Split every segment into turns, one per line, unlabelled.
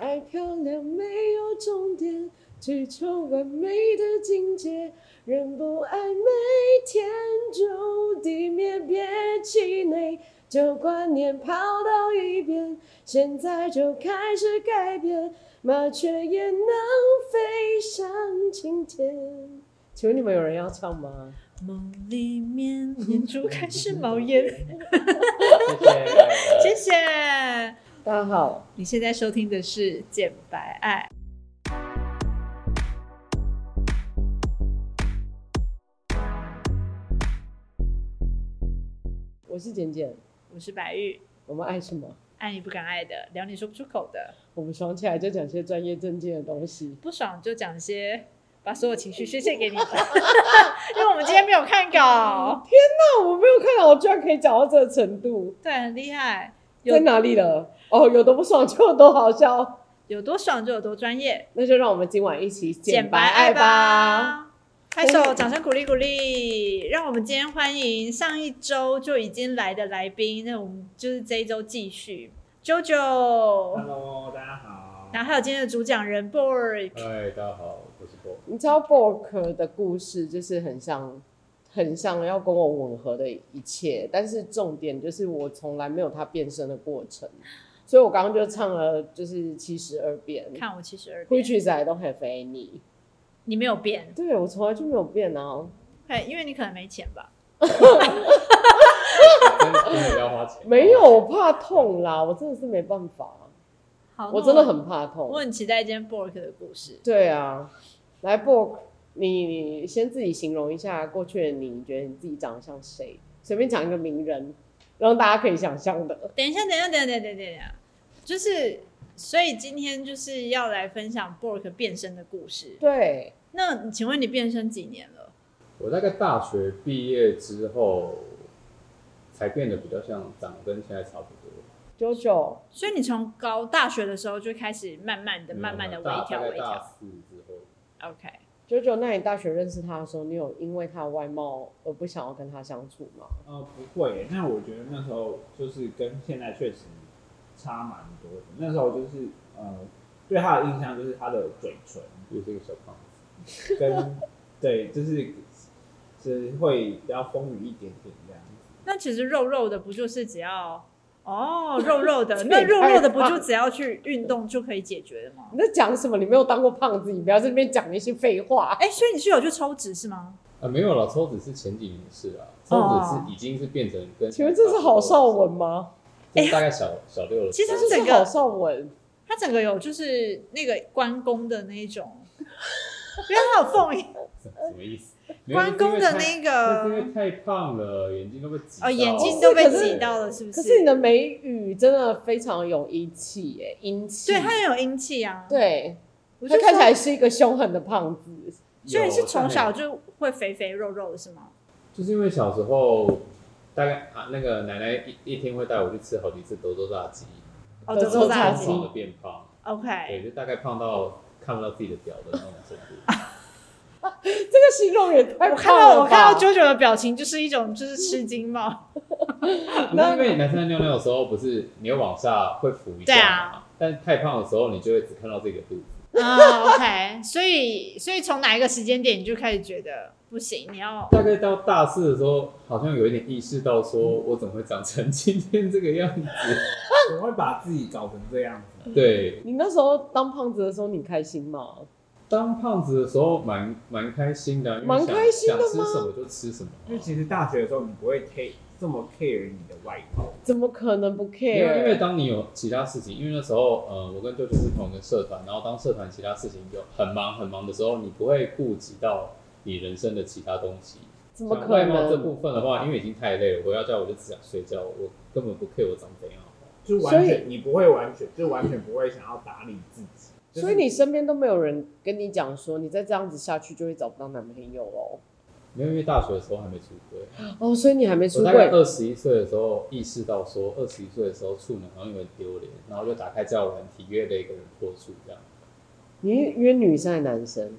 爱漂亮没有终点，追求完美的境界。人不爱每天就地灭，别气馁，旧观念抛到一边，现在就开始改变，麻雀也能飞上青天。请问你们有人要唱吗？
梦里面，眼珠开始冒烟。
谢谢。
谢谢。
大家好，
你现在收听的是《简白爱》。
我是简简，
我是白玉，
我们爱什么？
爱你不敢爱的，聊你说不出口的，
我们爽起来就讲些专业正经的东西。
不爽就讲些把所有情绪宣泄 给你吧。因为我们今天没有看稿，
那 我没有看到，我居然可以讲到这个程度，
对，很厉害。有
在哪里了？哦，有的不爽就有多好笑，
有多爽就有多专业，
那就让我们今晚一起
简
简白爱吧。。
拍手，掌声鼓励鼓励！让我们今天欢迎上一周就已经来的来宾，那我们就是这一周继续。JoJo，
Hello，大家好。
然后还有今天的主讲人 Borg，
嗨，大家好，我是 Bob。
你知道 Bork 的故事就是很像，很像要跟我吻合的一切，但是重点就是我从来没有他变身的过程，所以我刚刚就唱了就是七十二遍。
看我七十二
Which is I don't have any。
你没有变，
对，我从来就没有变啊，
哎，因为你可能没钱吧？
真的真的要花钱？
没有，我怕痛啦，我真的是没办法，
好，
我
那
真的很怕痛
我。很期待今天 Bork 的故事。
对啊，来 Bork，你你先自己形容一下过去的你，你觉得你自己长得像谁？随便讲一个名人，让大家可以想象的。
等一下，等一下，等一下，等一下，等一下，就是，所以今天就是要来分享 Bork 变身的故事。
对，
那请问你变身几年了？
我大概大学毕业之后，才变得比较像长得跟现在差不多。
九九，
所以你从高大学的时候就开始慢慢
嗯
的、慢慢的微
大
调、
大
微
概大
调。
四之后，
OK，
九九，那你大学认识他的时候，你有因为他的外貌而不想要跟他相处吗？
呃，不会耶。那我觉得那时候就是跟现在确实差蛮多的。那时候就是呃，对他的印象就是他的嘴唇
又是一个小胖子。
跟 对，就是是会比较丰腴一点点这样子。
那其实肉肉的不就是只要哦肉肉的，
这
那
也
肉
太
肉的不
胖
就只要去运动就可以解决的吗
你？在讲什么？你没有当过胖子，你不要在那边讲一些废话。
哎、所以你是有去抽脂是吗？
啊，没有了，抽脂是前几年的事啊，抽
哦
脂是已经是变成跟。
请问这是郝邵文？吗？
这是大概小小六的时
其实
候。
这是
整个
郝邵文，
它整个有就是那个关公的那一种，因为它有凤眼
什么意思？没有
关公的那
那是因
个
为太胖了，眼睛都被挤到
哦，
了。
眼睛
哦
都
是
被
可是
挤到了，是不
可
是？
是你的眉宇真的非常有英气耶，英气。
对，它很有阴气啊。，
对，
我就
他看起
说，
来是一个凶狠的胖子。
所以你是
有
从小
但
就会肥肥肉肉的是吗？
就是因为小时候，大概啊那个奶奶一一天会带我去吃好几次德州炸鸡，
哦，
德
德州
州炸
炸鸡
鸡
胖的变胖，对，
，OK，
就大概胖到看不到自己的屌的那种程 度。
这个形容也太
我看
胖了
到我
吧
看到九九的表情就是一种就是吃惊嘛，
不是因为男生在尿尿的时候，不是你会往下会浮一下
对
嘛，
啊
但太胖的时候，你就会只看到自己的肚子。
啊，OK，所 以所以从哪一个时间点你就开始觉得不行，你要
大概到大四的时候，好像有一点意识到，说我怎么会长成今天这个样 子？
我会把自己搞成这样子。
对，
你那时候当胖子的时候，你开心吗？
当胖子的时候蛮蛮开心的啊，因为
蛮
想
开心的吗
想吃什么就吃什么啊。
因为其实大学的时候你不会 care 这么 care 你的外貌，
怎么可能不
因为因为
care？
当你有其他事情，因为那时候呃，我跟舅舅是同一个社团，然后当社团其他事情就很忙很忙的时候，你不会顾及到你人生的其他东西。
怎么
像
可
外貌这部
能？
分的话，因为已经太累了，回到家我就只想睡觉，我根本不 care 我长怎样。
就完全你不会完全就完全不会想要打理自己。就是
所以你身边都没有人跟你讲说，你再这样子下去就会找不到男朋友哦。
没有，因为大学的时候还没出轨，
哦，所以你还没
我
出
大概
柜，
二十一岁的时候意识到说，二十一岁的时候处男好像有点丢脸，然后就打开交友软体约了一个人破处这样。
你约女生还是男生？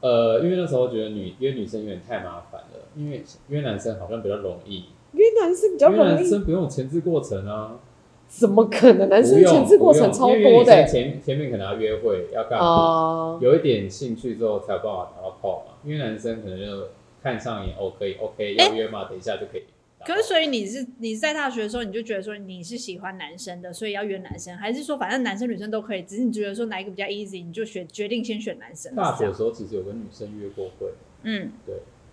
呃，因为那时候觉得女约女生有点太麻烦了，因为约男生好像比较容易，
约男生比较
因为
容
男
易，
生不用前置过程啊，
怎么可能？男
不
生
用
前置过程
不
超
用因为
多
女
的
生啊
欸
前前面可能要约会要干嘛，
哦，
有一点兴趣之后才有办法打到炮嘛。因为男生可能就看上眼哦，可以 OK
哎
要约嘛，等一下就可以打炮。
可是，所以你是你在大学的时候，你就觉得说你是喜欢男生的，所以要约男生，还是说反正男生女生都可以，只是你觉得说哪一个比较 easy，你就选决定先选男生？
大
是这
学的
样
时候其实有跟女生约过会，
嗯，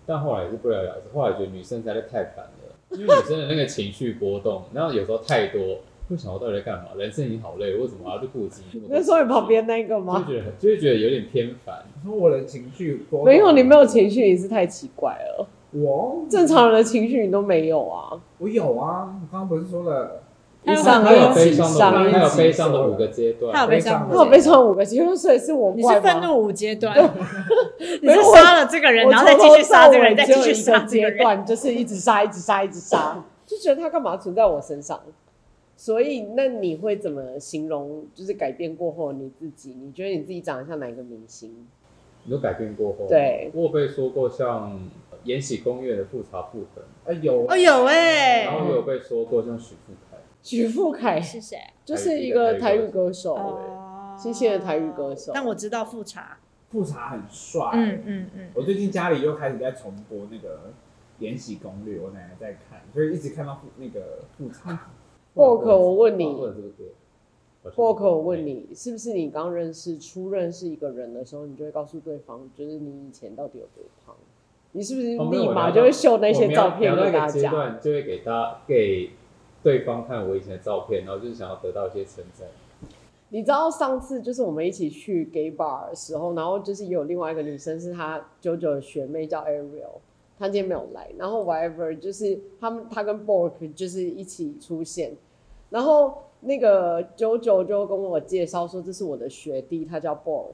但后来也是不了了之。后来觉得女生实在是太烦了，因为女生的那个情绪波动，然后有时候太多，会想我到底在干嘛？人生已经好累，为什么还要去顾及那么多？
那说你旁边那个
就会
吗？
觉得很就会觉得有点偏烦。
你说我的情绪波动
没有，你没有情绪也是太奇怪了。
我
正常人的情绪你都没有啊，
我有啊，我刚刚不是说了，
一
有
上
他有
跟
悲
几
伤
上
的，，他有
上
悲伤的五个阶
他
段
有。悲伤
那我被上五个结论，所以是我
你是
怪
愤
吗？
怒五阶段， 你
没
是
有我
杀了这个人，
我
然后再
从
继
头
续杀这
到
个
尾
人，再
只
继
有
续
一个
杀这个
阶
人。
段，就是一直杀，一直杀，一直杀，就觉得他干嘛存在我身上？所以，那你会怎么形容？就是改变过后你自己，你觉得你自己长得像哪一个明星？
你都改变过后，
对
我有被说过像《延禧攻略》的富察傅恒，
哎有
哦，有哎、
然后我有被说过像许富凯，
许富凯
哎
是谁啊？
就是一个台语歌手，
哦
新兴的台语歌手
但我知道富察。
复查很帅，
嗯嗯嗯，
我最近家里又开始在重播那个《延禧攻略》，我奶奶在看，所以一直看到复那个复
啊
查。
过客，我问你，
或者是对，
过客，我问，你，是不是你刚认识、初认识一个人的时候，你就会告诉对方，就是你以前到底有多胖？你是不是
哦没有
立
我
马
聊
就会
到
秀那
我
些
们
照
要
片
聊到
给
一个
大
阶
家？
段就会给他给对方看我以前的照片，然后就是想要得到一些称赞。
你知道上次就是我们一起去 gay bar 的时候，然后就是有另外一个女生是她九九的学妹叫 Ariel，她今天没有来，然后 whatever 就是他们她跟 Bork 就是一起出现，然后那个九九就跟我介绍说这是我的学弟，他叫 Bork，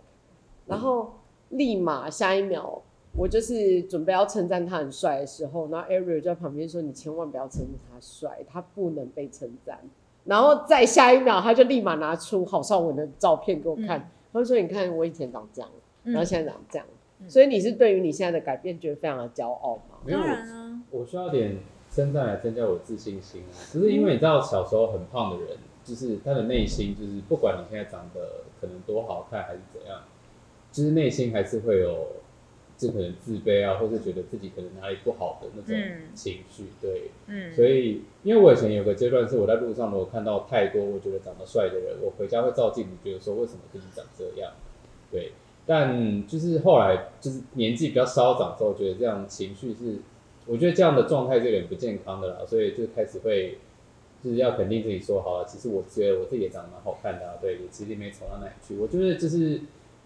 然后立马下一秒。我就是准备要称赞他很帅的时候，然后 Ariel 就在旁边说：“你千万不要称赞他帅，他不能被称赞。”然后再下一秒，他就立马拿出郝邵文的照片给我看，他就说：“你看我以前长这样，
嗯
然后现在长这样。
嗯
所以你是对于你现在的改变觉得非常的骄傲吗？
没有
当，然啊，
我需要点称赞来增加我的自信心啊。只是因为你知道，小时候很胖的人，就是他的内心，就是不管你现在长得可能多好看还是怎样，就是内心还是会有，就可能自卑啊，或是觉得自己可能哪里不好的那种
嗯
情绪。对，
嗯，
所以因为我以前有个阶段是我在路上如果看到太多我觉得长得帅的人，我回家会照镜子，觉得说为什么自己长这样？对，但就是后来就是年纪比较稍长之后，觉得这样情绪是，我觉得这样的状态是有点不健康的啦，所以就开始会就是要肯定自己说，好了，啊其实我觉得我自己也长得蛮好看的、啊，对，也其实也没丑到哪里去。
嗯
我觉得就是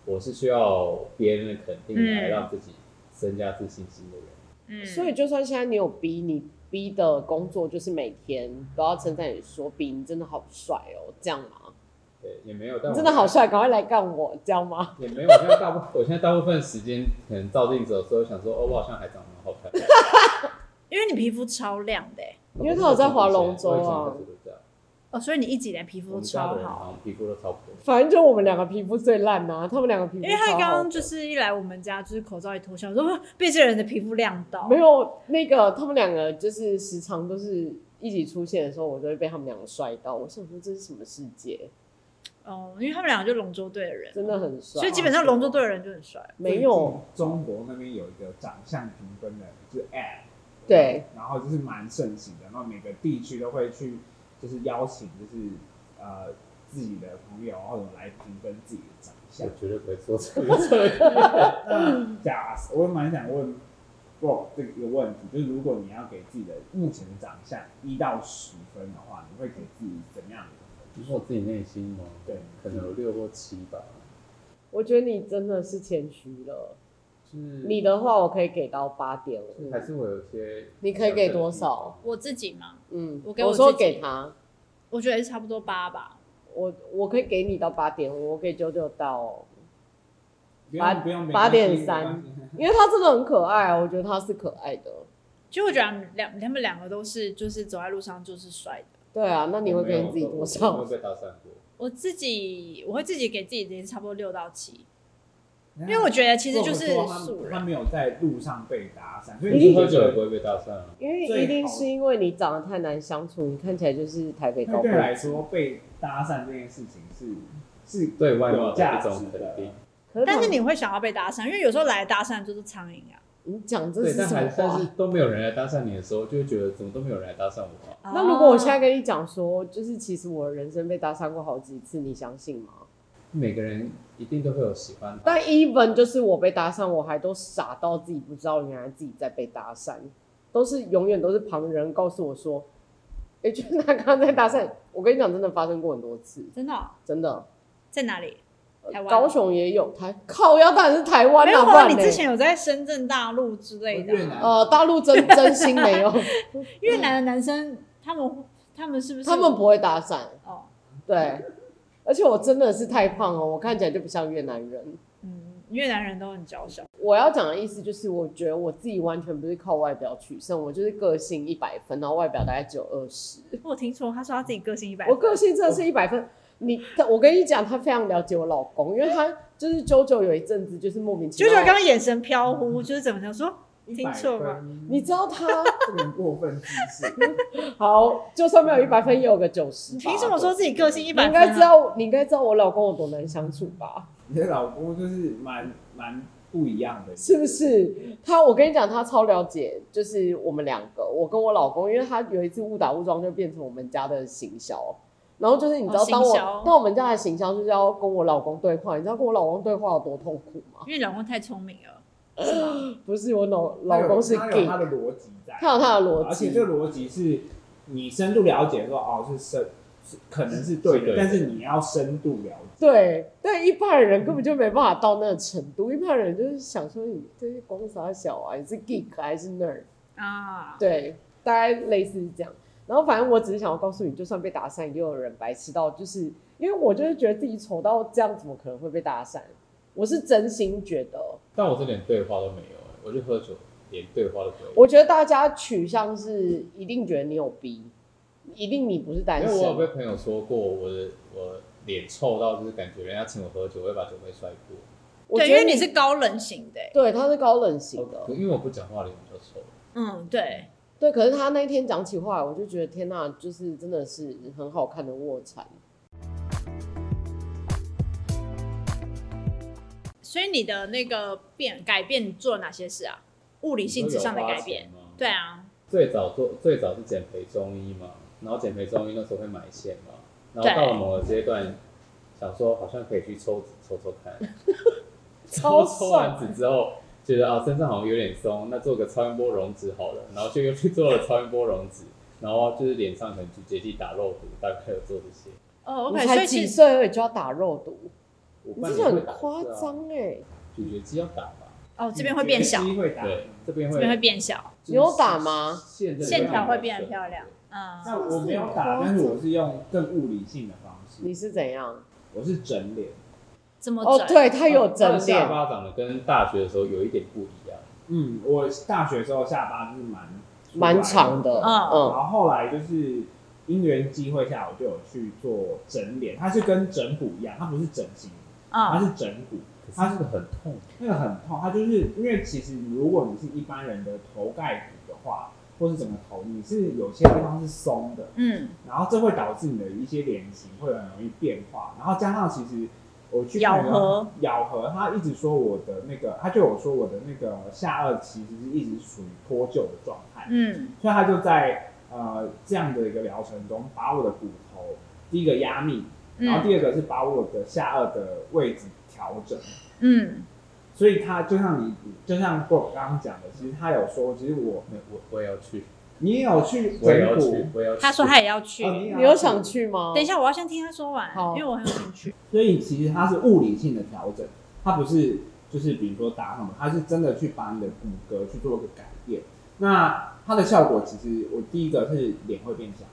我是需要别人的肯定来
嗯
让自己增加自信心的人。
嗯
所以就算现在你有逼你逼的工作，就是每天都要称赞你说：“比你真的好帅哦，这样吗？
对，也没有，但
你
我
真的好帅，赶快来干我，这样吗
也没有，我现在大部我现在大部分时间可能照镜子的时候想说，哦，我好像还长得蛮好看的。
因为你皮肤超亮的欸、
因为他有在划龙舟啊嗯
我以前我以前一直都这样
哦，所以你一几年皮肤都
我们家
超
的人啊
好。
好像皮肤都差不多。？”
反正就我们两个皮肤最烂呐、他们两个皮肤
因为他
超好
刚刚就是一来我们家，就是口罩一脱下，我说 哇被这人的皮肤亮到，
没有那个，他们两个就是时常都是一起出现的时候，我都会被他们两个帅到。我想说这是什么世界，
哦，因为他们两个就龙舟队的人，
啊
真的很帅。啊
所以基本上龙舟队的人就很帅。
没有，
中国那边有一个长相评分的，就是 App，
对，
然后就是蛮盛行的，然后每个地区都会去，就是邀请就是呃自己的朋友或者来评分自己的长相
我。绝对不会做 这个事情。
嗯
那假设我蛮想问，不这个一个问题，就是如果你要给自己的目前的长相一到十分的话，你会给自己怎样的分？
你说我自己内心吗？
对，
可能有六或七吧。
我觉得你真的是谦虚了。
就是
你的话，我可以给到八点
就
五
是，还是我有一些。
你可以给多少？
我自己嘛，
嗯，
我给我
我说
自己
给他，
我觉得也是差不多八吧。
我我可以给你到八点五，我给九九到，
不
八
用不用，没
八
关系
点
没关
三
系
嗯
因为他真的很可爱，我觉得他是可爱的。
其实我觉得他们两他们两个都是，就是走在路上就是帅的。
对啊，那你会给
跟
你自己多
嗯我没
少？
有被搭讪过。
我自己我会自己给自己的差不多六到七，
因
因为我觉得其实就是素
他
人，
没有在路上被搭讪，所以
你
你
是喝酒也
对
不会被搭讪啊。
因为
最
一定
好
是因为你长得太难相处，你看起来就是台北高
对
分
你来
子。
说被搭讪这件事情是是
对外貌
有
的
价
一
值
种肯
的，
定，
可是
但是你会想要被搭讪，因为有时候来搭讪就是苍蝇啊。
你讲这
对，
是
但
什么
还但是
话？
都没有人来搭讪你的时候，就会觉得怎么都没有人来搭讪我啊。
那如果我现在
在
跟你讲说，就是其实我人生被搭讪过好几次，你相信吗？
每个人一定都会有喜欢他，
但 even 就是我被搭讪，我还都傻到自己不知道原来自己在被搭讪，都是永远都是旁人告诉我说， 哎、就是他刚刚在搭讪。我跟你讲，真的发生过很多次，
真的哦
真的，
在哪里？台湾
呃高雄也有台，靠，要当然是台湾
没
啦，
有
不
吧？
然
你
嘞
之前有在深圳、大陆之类的
越
啊，
南
呃，大陆 真真心没有，
越南的男生他们他们是不是
他们不会搭讪，
哦？
对，而且我真的是太胖哦，我看起来就不像越南人。
嗯，越南人都很娇小。
我要讲的意思就是，我觉得我自己完全不是靠外表取胜，我就是个性一百分，然后外表大概只有二十。
我听说他说他自己个性一百，
我个性真的是一百分。你，他我跟你讲，他非常了解我老公，因为他就是九九有一阵子就是莫名其
九九
妙。
刚刚眼神飘
嗯
忽，就是怎么想说听错
吧
吗？？
你知道他
这个人过分自信，
好，就算没有一百分，也有个九十。
你凭什么说自己个性一
你
百
应
分啊？
该知道，你应该知道我老公有多难相处吧？
你的老公就是蛮蛮不一样的，
是不是？他，我跟你讲，他超了解，就是我们两个，我跟我老公，因为他有一次误打误撞就变成我们家的行销，然后就是你知道，
哦
当我
行销
当我们家的行销就是要跟我老公对话，你知道跟我老公对话有多痛苦吗？
因为老公太聪明了，是吧？
不是我老
他有
老公是
他
gay，
有他的逻辑在，
他有他的逻
而且
辑，
这个逻辑是你深度了解说哦是深是可能是对
是
的
对，的
但是你要深度了解。
对，但一般人根本就没办法到那个程度，一般人就是想说你这些光傻小啊，你是 geek 还是 nerd？
啊，
对，大概类似是这样。然后反正我只是想要告诉你，就算被打讪，也有人白痴到，就是因为我就是觉得自己丑到这样，怎么可能会被打讪？我是真心觉得，
但我这连对话都没有、欸，我就喝酒，连对话都没有。
我觉得大家取向是一定觉得你有逼，一定你不是单
因为我有
身。
被朋友说过，我的我脸臭到就是感觉人家请我喝酒，我会把酒杯摔破。
我
对，
觉
因为
得
你是高冷型的欸，
对，他是高冷型的
哦，因为我不讲话，脸比较臭。
嗯，对，
对，可是他那一天讲起话来，我就觉得天呐，就是真的是很好看的卧蚕。
所以你的那个变改变，你做了哪些事啊？物理性质上的改变，
你说有花钱吗
对啊，
最早做最早是减肥中医嘛，然后减肥中医那时候会买线嘛，然后到了某个阶段，想说好像可以去抽脂抽抽看，
超
抽完脂之后觉得啊身上好像有点松，那做个超音波溶脂好了，然后就又去做了超音波溶脂， 然后就是脸上可能去接地打肉毒，大概有做这些。
哦
你
，OK，所
才
以
几
其实
岁而已就要打肉毒，
我
你
半
这
年
就
会
很
打一次啊啊
夸，张哎！
咀嚼肌要打吧？
哦这边会变小，
机会打。
对，这边
这
会
边会变小，
你有打吗？
线这里
线条
会
会变得漂亮，嗯，
那我没有打，但是我是用更物理性的方式，
你是怎样？
我是整脸。
这么
哦，
整，
对他有
他的
整
下
脸，
巴长得跟大学的时候有一点不一样。
嗯，我大学时候下巴就是蛮
蛮长的，
嗯
嗯
然后后来就是因缘机会下，我就有去做整脸，它是跟整骨一样，它不是整形，它
嗯，
是整骨，
它是很痛，
那个很痛。它就是因为其实如果你是一般人的头盖骨的话，或是整个头，你是有些地方是松的，
嗯，
然后这会导致你的一些脸型会很容易变化，然后加上其实我去
咬
看了
合，
咬合，他一直说我的那个，他就有说我的那个下颚其实是一直属于脱臼的状态，
嗯，
所以他就在呃这样的一个疗程中，把我的骨头第一个压密，然后
嗯，
第二个是把我的下颚的位置调整。
嗯，
所以他就像你，就像我刚刚讲的，其实他有说，其实我
那我我也要去，
你也有去
我也
整
要
骨
去，，我也要去。
他说他也要去，
哦你
嗯
等
你有想去吗？
一，下我要先听他说完，
好
因为我很有兴趣，
所以其实它是物理性的调整，它不是就是比如说打什么，它是真的去把你的骨骼去做一个改变。那它的效果其实，我第一个是脸会变小，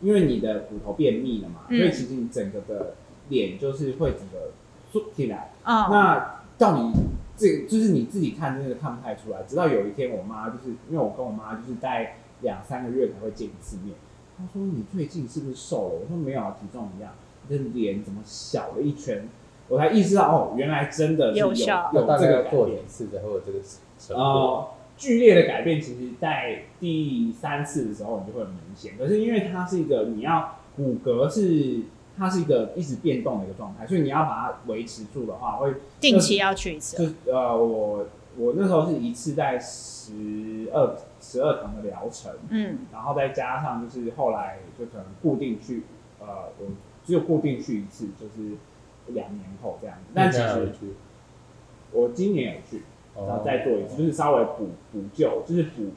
因为你的骨头变密了嘛，
嗯
所以其实你整个的脸就是会整个缩起来。
嗯，
那到你这就是你自己看，真的看不太出来。直到有一天，我妈就是因为我跟我妈就是在两三个月才会见一次面，她说你最近是不是瘦了？我说没有啊，体重一样。你的脸怎么小了一圈？我才意识到哦，原来真的是有
有效
那大
这
概
个
要
改
做
变
几。次才会有这个成果？
呃，剧烈的改变，其实在第三次的时候你就会很明显。可是因为它是一个你要骨骼是它是一个一直变动的一个状态，所以你要把它维持住的话，会
定期要去一次
就，呃我我那时候是一次在十二十二堂的疗程，
嗯，
然后再加上就是后来就可能固定去呃我只有固定去一次，就是两年后这样子。但其实
去，
我今年有去。然后再做一次，就
哦
是稍微补补救，就是补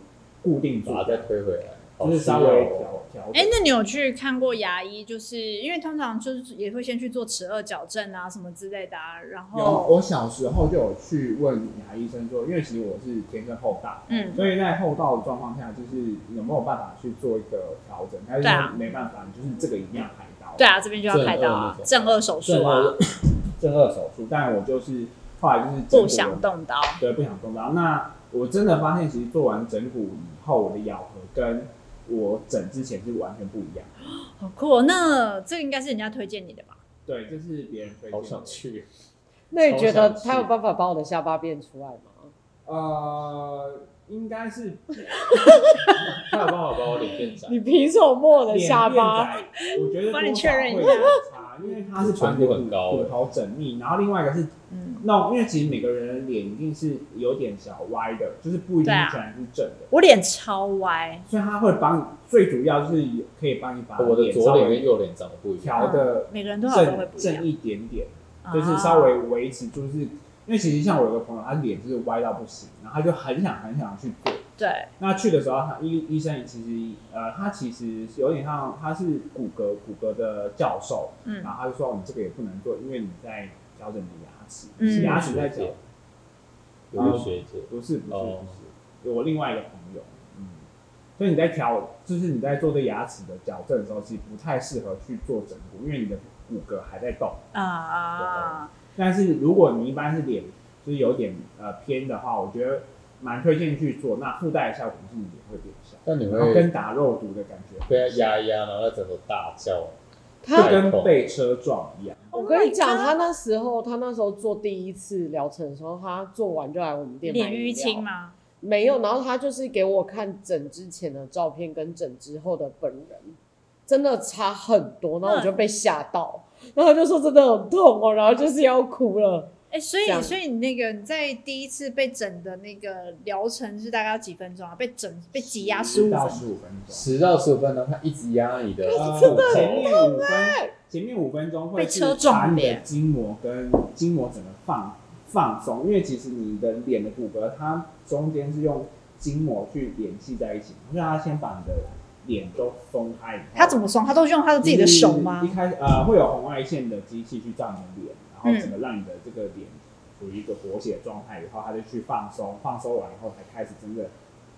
固定住
把它再
的，
推回来，好
就是
需要
稍微
哦
调调
哎、
整。
那你有去看过牙医？就是因为通常就是也会先去做齿颚矫正啊什么之类的、啊，然
有，
后
我小时候就有去问牙医生说，因为其实我是天生后大，
嗯，
所以在后道的状况下，就是有没有办法去做一个调整？但是
对啊
没办法，你就是这个一定要开刀，
对啊，这边就要开刀啊，正
正
颚手术啊，
正颚手术。但我就是后来就是整
不
骨
想动刀，
对，不想动刀。那我真的发现，其实做完整骨以后，我的咬合跟我整之前是完全不一样。
好酷、哦。那这个应该是人家推荐你的吧？
对，这是别人推荐的。
好想去，
那你觉得
超想去
他有办法把我的下巴变出来吗？
呃，应该是
他有办法把我脸变窄，
你凭什么摸我的
脸
下
面
巴？
窄，我觉得
帮你确认一下
多少会有差，因为它是把
纯
你的
度
骨
很高
骨头缜密，然后另外一个是
嗯，
那因为其实每个人的脸一定是有点小歪的，就是不一定
对啊
全是正的，
我脸超歪，
所以它会帮你，最主要就是可以帮你把
我的
脸
左
稍
脸跟
微
右脸长得不一样，
调的
每个嗯人多少都会
正
不一样，哦
正
啊
一点点，就是稍微维持，就是因为其实像我有个朋友，他脸就是歪到不行，然后他就很想很想去做。
对，
那去的时候，他医医生其实呃，他其实有点像他是骨骼骨骼的教授，
嗯
然后他就说我们哦这个也不能做，因为你在调整你的牙齿，
嗯
牙齿在矫，
有没有学姐？
不是不是
哦
不是，我另外一个朋友，嗯，所以你在调，就是你在做这牙齿的矫正的时候，其实不太适合去做整骨，因为你的骨骼还在动。
啊啊，
但是如果你一般是脸就是有点呃偏的话，我觉得蛮推荐去做，那附带的效果是你脸会变小。
但你
然后
会
跟打肉毒的感觉，
被他压一压，然后他整个大叫，
他
就跟被车撞一样。
我
Oh
跟
my
你讲，
God
他那时候他那时候做第一次疗程的时候，他做完就来我们店买
脸淤
饮料
青？吗？
没有，然后他就是给我看整之前的照片跟整之后的本人，真的差很多，然后我就被吓到，然后就说真的很痛哦，然后就是要哭了。
哎、所
这
以
样
所以你那个你在第一次被整的那个疗程是大概要几分钟啊？被整被挤压十五分
到
钟，
十五分钟，
十到十五分钟，他一直压你的
呃
腹
前
口，
面五分，前面五分钟会
被车
是
撞
把你的
脸
筋膜跟筋膜整个放放松，因为其实你的脸的骨骼它中间是用筋膜去联系在一起，所以它先把你的脸都松开以后。
他怎么松？他都是用他的自己的手吗
一？开呃会有红外线的机器去照你的脸，然后整个让你的这个脸处于一个活血状态以后，它就去放松，放松完以后才开始真的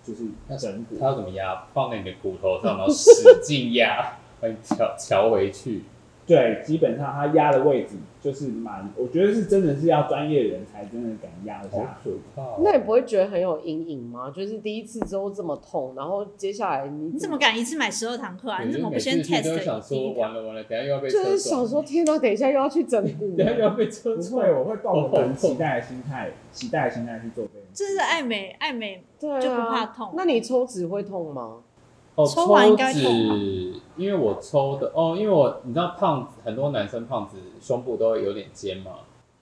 就是整骨
他。要怎么压？放在你的骨头上，然后使劲压，把你调调回去。
对，基本上它压的位置就是蛮，我觉得是真的是要专业人才真的敢压得下去。
怕哦
那你不会觉得很有阴影吗？就是第一次之后这么痛，然后接下来你
你怎么？敢一次买十二堂课啊？
对
你怎么不
每次
先
去都
test
想
第
说
一堂
完了完了，等一下又要被车
就
撞，
是啊想说，天哪、等一下又要去整 骨
等一下又
了，
要被车
不
撞
会，。哦我会抱着很期待的心态，期待的心态去做这件事。
这是爱美爱美，
对啊，
就不怕痛
那你抽脂会痛吗？
哦，
抽完应该
抽
痛吧
脂，因为我抽的哦，因为我你知道胖子很多男生胖子胸部都会有点尖嘛。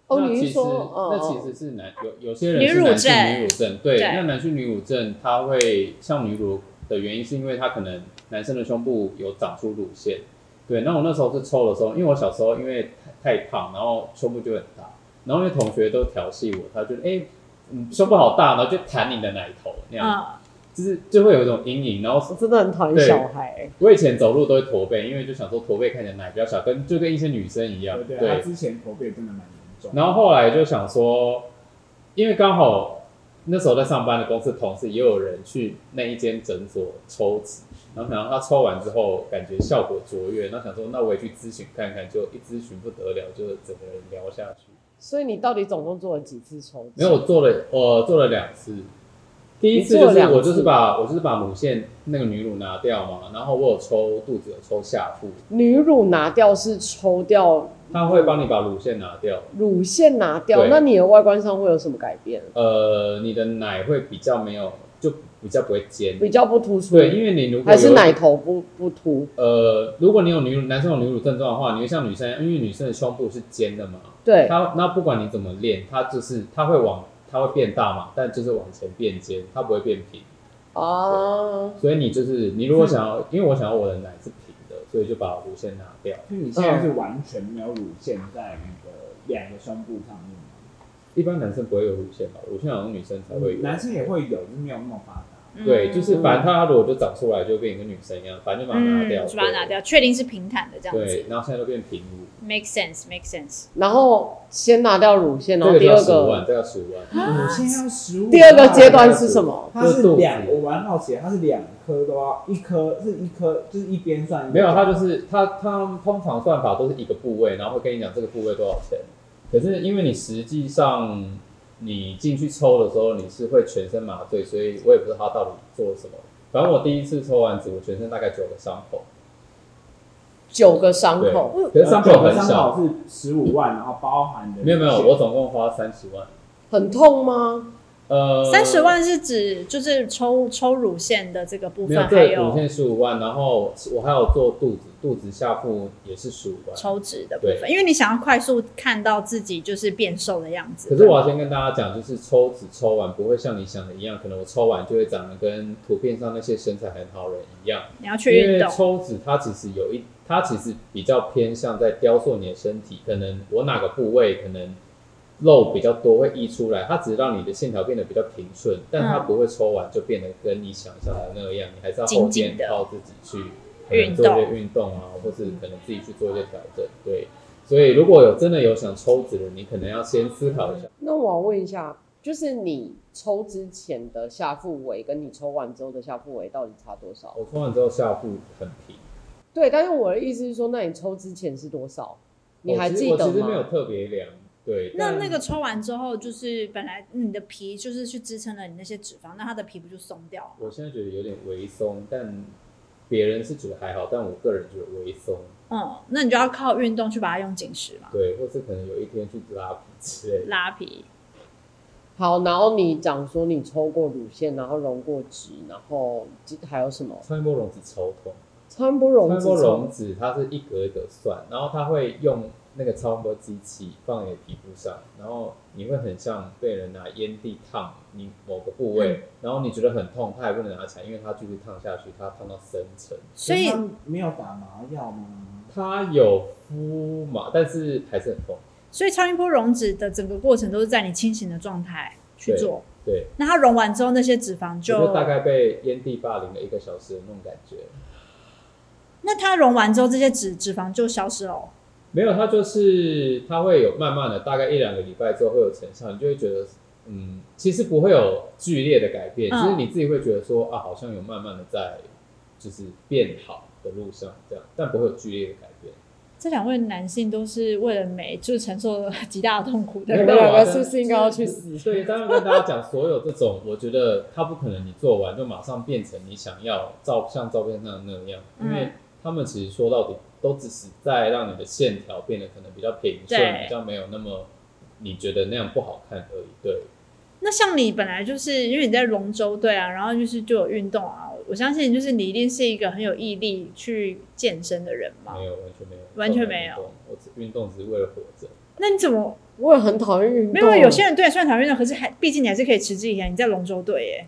哦，
那
你
其
是
实、
说，哦
那其实是男有有些人
嗯女
是
乳
男性
症
女乳症，对，
对
那男性女乳症它会像女乳的原因是因为它可能男生的胸部有长出乳腺，对，那我那时候是抽的时候，因为我小时候因为太太胖，然后胸部就很大，然后因为同学都调戏我，他觉得哎、嗯，胸部好大，然后就弹你的奶头那样，
嗯，
就是就会有一种阴影，然后
我哦真的很讨厌
对
小孩。
我以前走路都会驼背，因为就想说驼背看起来奶比较小，跟就跟一些女生一样。
对对，他之前驼背真的蛮严重。
然后后来就想说，因为刚好那时候在上班的公司同事也有人去那一间诊所抽脂，然后想让他抽完之后感觉效果卓越，那想说那我也去咨询看看，就一咨询不得了，就整个人聊下去。
所以你到底总共做了几次抽脂？
没有，我做了，我做了两次。第一次
你
就
做
是
两次
我就是把我就是把乳腺那个女乳拿掉嘛，然后我有抽肚子，有抽下腹，
女乳拿掉是抽掉
它会帮你把乳腺拿掉，
乳腺拿掉，
对
那你的外观上会有什么改变？
呃，你的奶会比较没有，就比较不会尖。
比较不突出，
对，因为你如果
还是
有
奶头不不凸？
呃，如果你有女乳男生有女乳症状的话，你会像女生，因为女生的胸部是尖的嘛，
对，
它那不管你怎么练，它就是它会往它会变大嘛，但就是往前变尖，它不会变平。
啊，
所以你就是你如果想要，因为我想要我的奶是平的，所以就把乳腺拿掉，
就你现在是完全没有乳腺在你的两个胸部上面吗
一般男生不会有乳腺吧？乳腺好像女生才会有。
男生也会有，就是没有那么发达。
对，
嗯
就是反正它如果就长出来，就变跟女生一样，反正就把它拿掉，
嗯，就把它拿
对。
掉，确定是平坦的这样
对
子，
然后现在都变平乳，
，make sense，make sense。
然后先拿掉乳腺，然后
这个
第
要
二
十万，
个
这个要十万。
啊
乳腺要十五。啊
第二个阶段是什么？
它是
就是
两，
肚子
我蛮好奇的，它是两颗都要，一颗是一颗，就是一边算一边
没有，他就是他他通常算法都是一个部位，然后会跟你讲这个部位多少钱。可是因为你实际上你进去抽的时候，你是会全身麻醉，所以我也不知道他到底做了什么。反正我第一次抽完纸，我全身大概九个伤口，
九个伤口，
对，可
呃
是伤口很小，
是十五万，然后包含的
没有没有，我总共花三十万，
很痛吗？
呃，
三十万是指就是抽抽乳腺的这个部
没有
分，，还
这乳
有
腺十呃五万，然后我还有做肚子，肚子下腹也是十五万，
抽脂的部分，因为你想要快速看到自己就是变瘦的样子。
可是我要先跟大家讲，就是抽脂抽完不会像你想的一样，可能我抽完就会长得跟图片上那些身材很好的人一样。
你要
因
去运
为
动，
抽脂它其实有一，它其实比较偏向在雕塑你的身体，可能我哪个部位可能肉比较多会溢出来，它只是让你的线条变得比较平顺，但
嗯
它不会抽完就变得跟你想象的那样，你还是要后
紧紧
天
的
靠自己去可能做一些运动啊，或是可能自己去做一些调整，对。所以，如果有真的有想抽脂的，你可能要先思考一下。
那我要问一下，就是你抽之前的下腹围跟你抽完之后的下腹围到底差多少？
我抽完之后下腹很平，
对，但是我的意思是说，那你抽之前是多少？你还
我其实
记得
我其实没有
吗？
特别量，对。
那
但
那个抽完之后，就是本来你的皮就是去支撑了你那些脂肪，那它的皮不就松掉了？
我现在觉得有点微松，但别人是觉得还好，但我个人觉得微松，
嗯，那你就要靠运动去把它用紧实嘛，
对，或是可能有一天去拉皮之类的。
拉皮。
好，然后你讲说你抽过乳腺，然后溶过脂，然后还有什么？
穿波溶脂超痛，
超音波溶
穿
脂
波
抽
溶脂它是一格一格算，然后它会用那个超音波机器放你的皮肤上，然后你会很像被人拿烟蒂烫你某个部
嗯
位，然后你觉得很痛，它也不能拿起来，因为它继续烫下去，它烫到深层。
所以
那他没有打麻药吗？
它有敷嘛，但是还是很痛。
所以超音波溶脂的整个过程都是在你清醒的状态去
对
做。
对，
那它溶完之后，那些脂肪
就
就
大概被烟蒂霸凌了一个小时的那种感觉。
那它溶完之后，这些脂脂肪就消失了哦。
没有，它就是它会有慢慢的，大概一两个礼拜之后会有成效，你就会觉得，嗯，其实不会有剧烈的改变，
嗯
就是你自己会觉得说啊，好像有慢慢的在就是变好的路上这样，但不会有剧烈的改变。
这两位男性都是为了美，就是承受了极大的痛苦的
你
人
们。两个是不是应该要去死？
对，当然跟大家讲，所有这种，我觉得它不可能你做完就马上变成你想要照像照片上那样，
嗯
因为他们其实说到底都只是在让你的线条变得可能比较平顺，
对
比较没有那么你觉得那样不好看而已。对，
那像你本来就是因为你在龙舟队啊，然后就是就有运动啊，我相信就是你一定是一个很有毅力去健身的人嘛
没。有，完全没有，
完全没有
我没有运动，我只运动只是为了活着。
那你怎么
我也很讨厌运动。
没有？有些人对你虽然讨厌运动，可是还毕竟你还是可以持之以恒。你在龙舟队耶，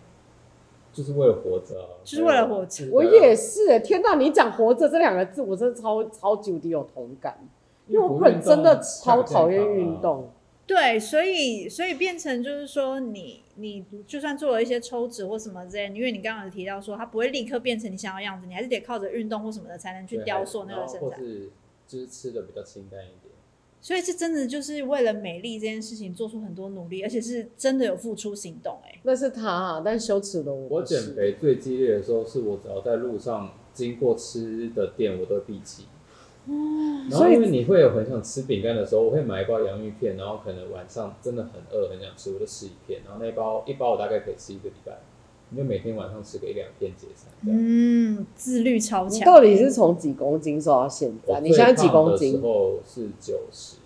就是为了活着啊，
就是为了活着
我也是，天哪！你讲“活着”这两个字，我真的超超级无敌有同感，因为我本人真的超讨厌运。
啊
动。
对，所以所以变成就是说你你就算做了一些抽脂或什么之类，因为你刚刚有提到说它不会立刻变成你想要的样子，你还是得靠着运动或什么的才能去
对啊
雕塑那
然
个
后
身
或
材。
是就是吃的比较清淡一点。
所以是真的就是为了美丽这件事情做出很多努力，而且是真的有付出行动、哎，
那是他、但羞耻的我。
我减，肥最激烈的时候，是我只要在路上经过吃的店，我都会闭气。然后
哦所以
因为你会有很想吃饼干的时候，我会买一包洋芋片，然后可能晚上真的很饿，很想吃，我就吃一片，然后那一包一包我大概可以吃一个礼拜。你就每天晚上吃个一两片解散这样。
嗯，自律超
你
强。欸
到底是从几公斤瘦到现在？
我
啊你现在几
最胖
公
的时
斤？
候是九十，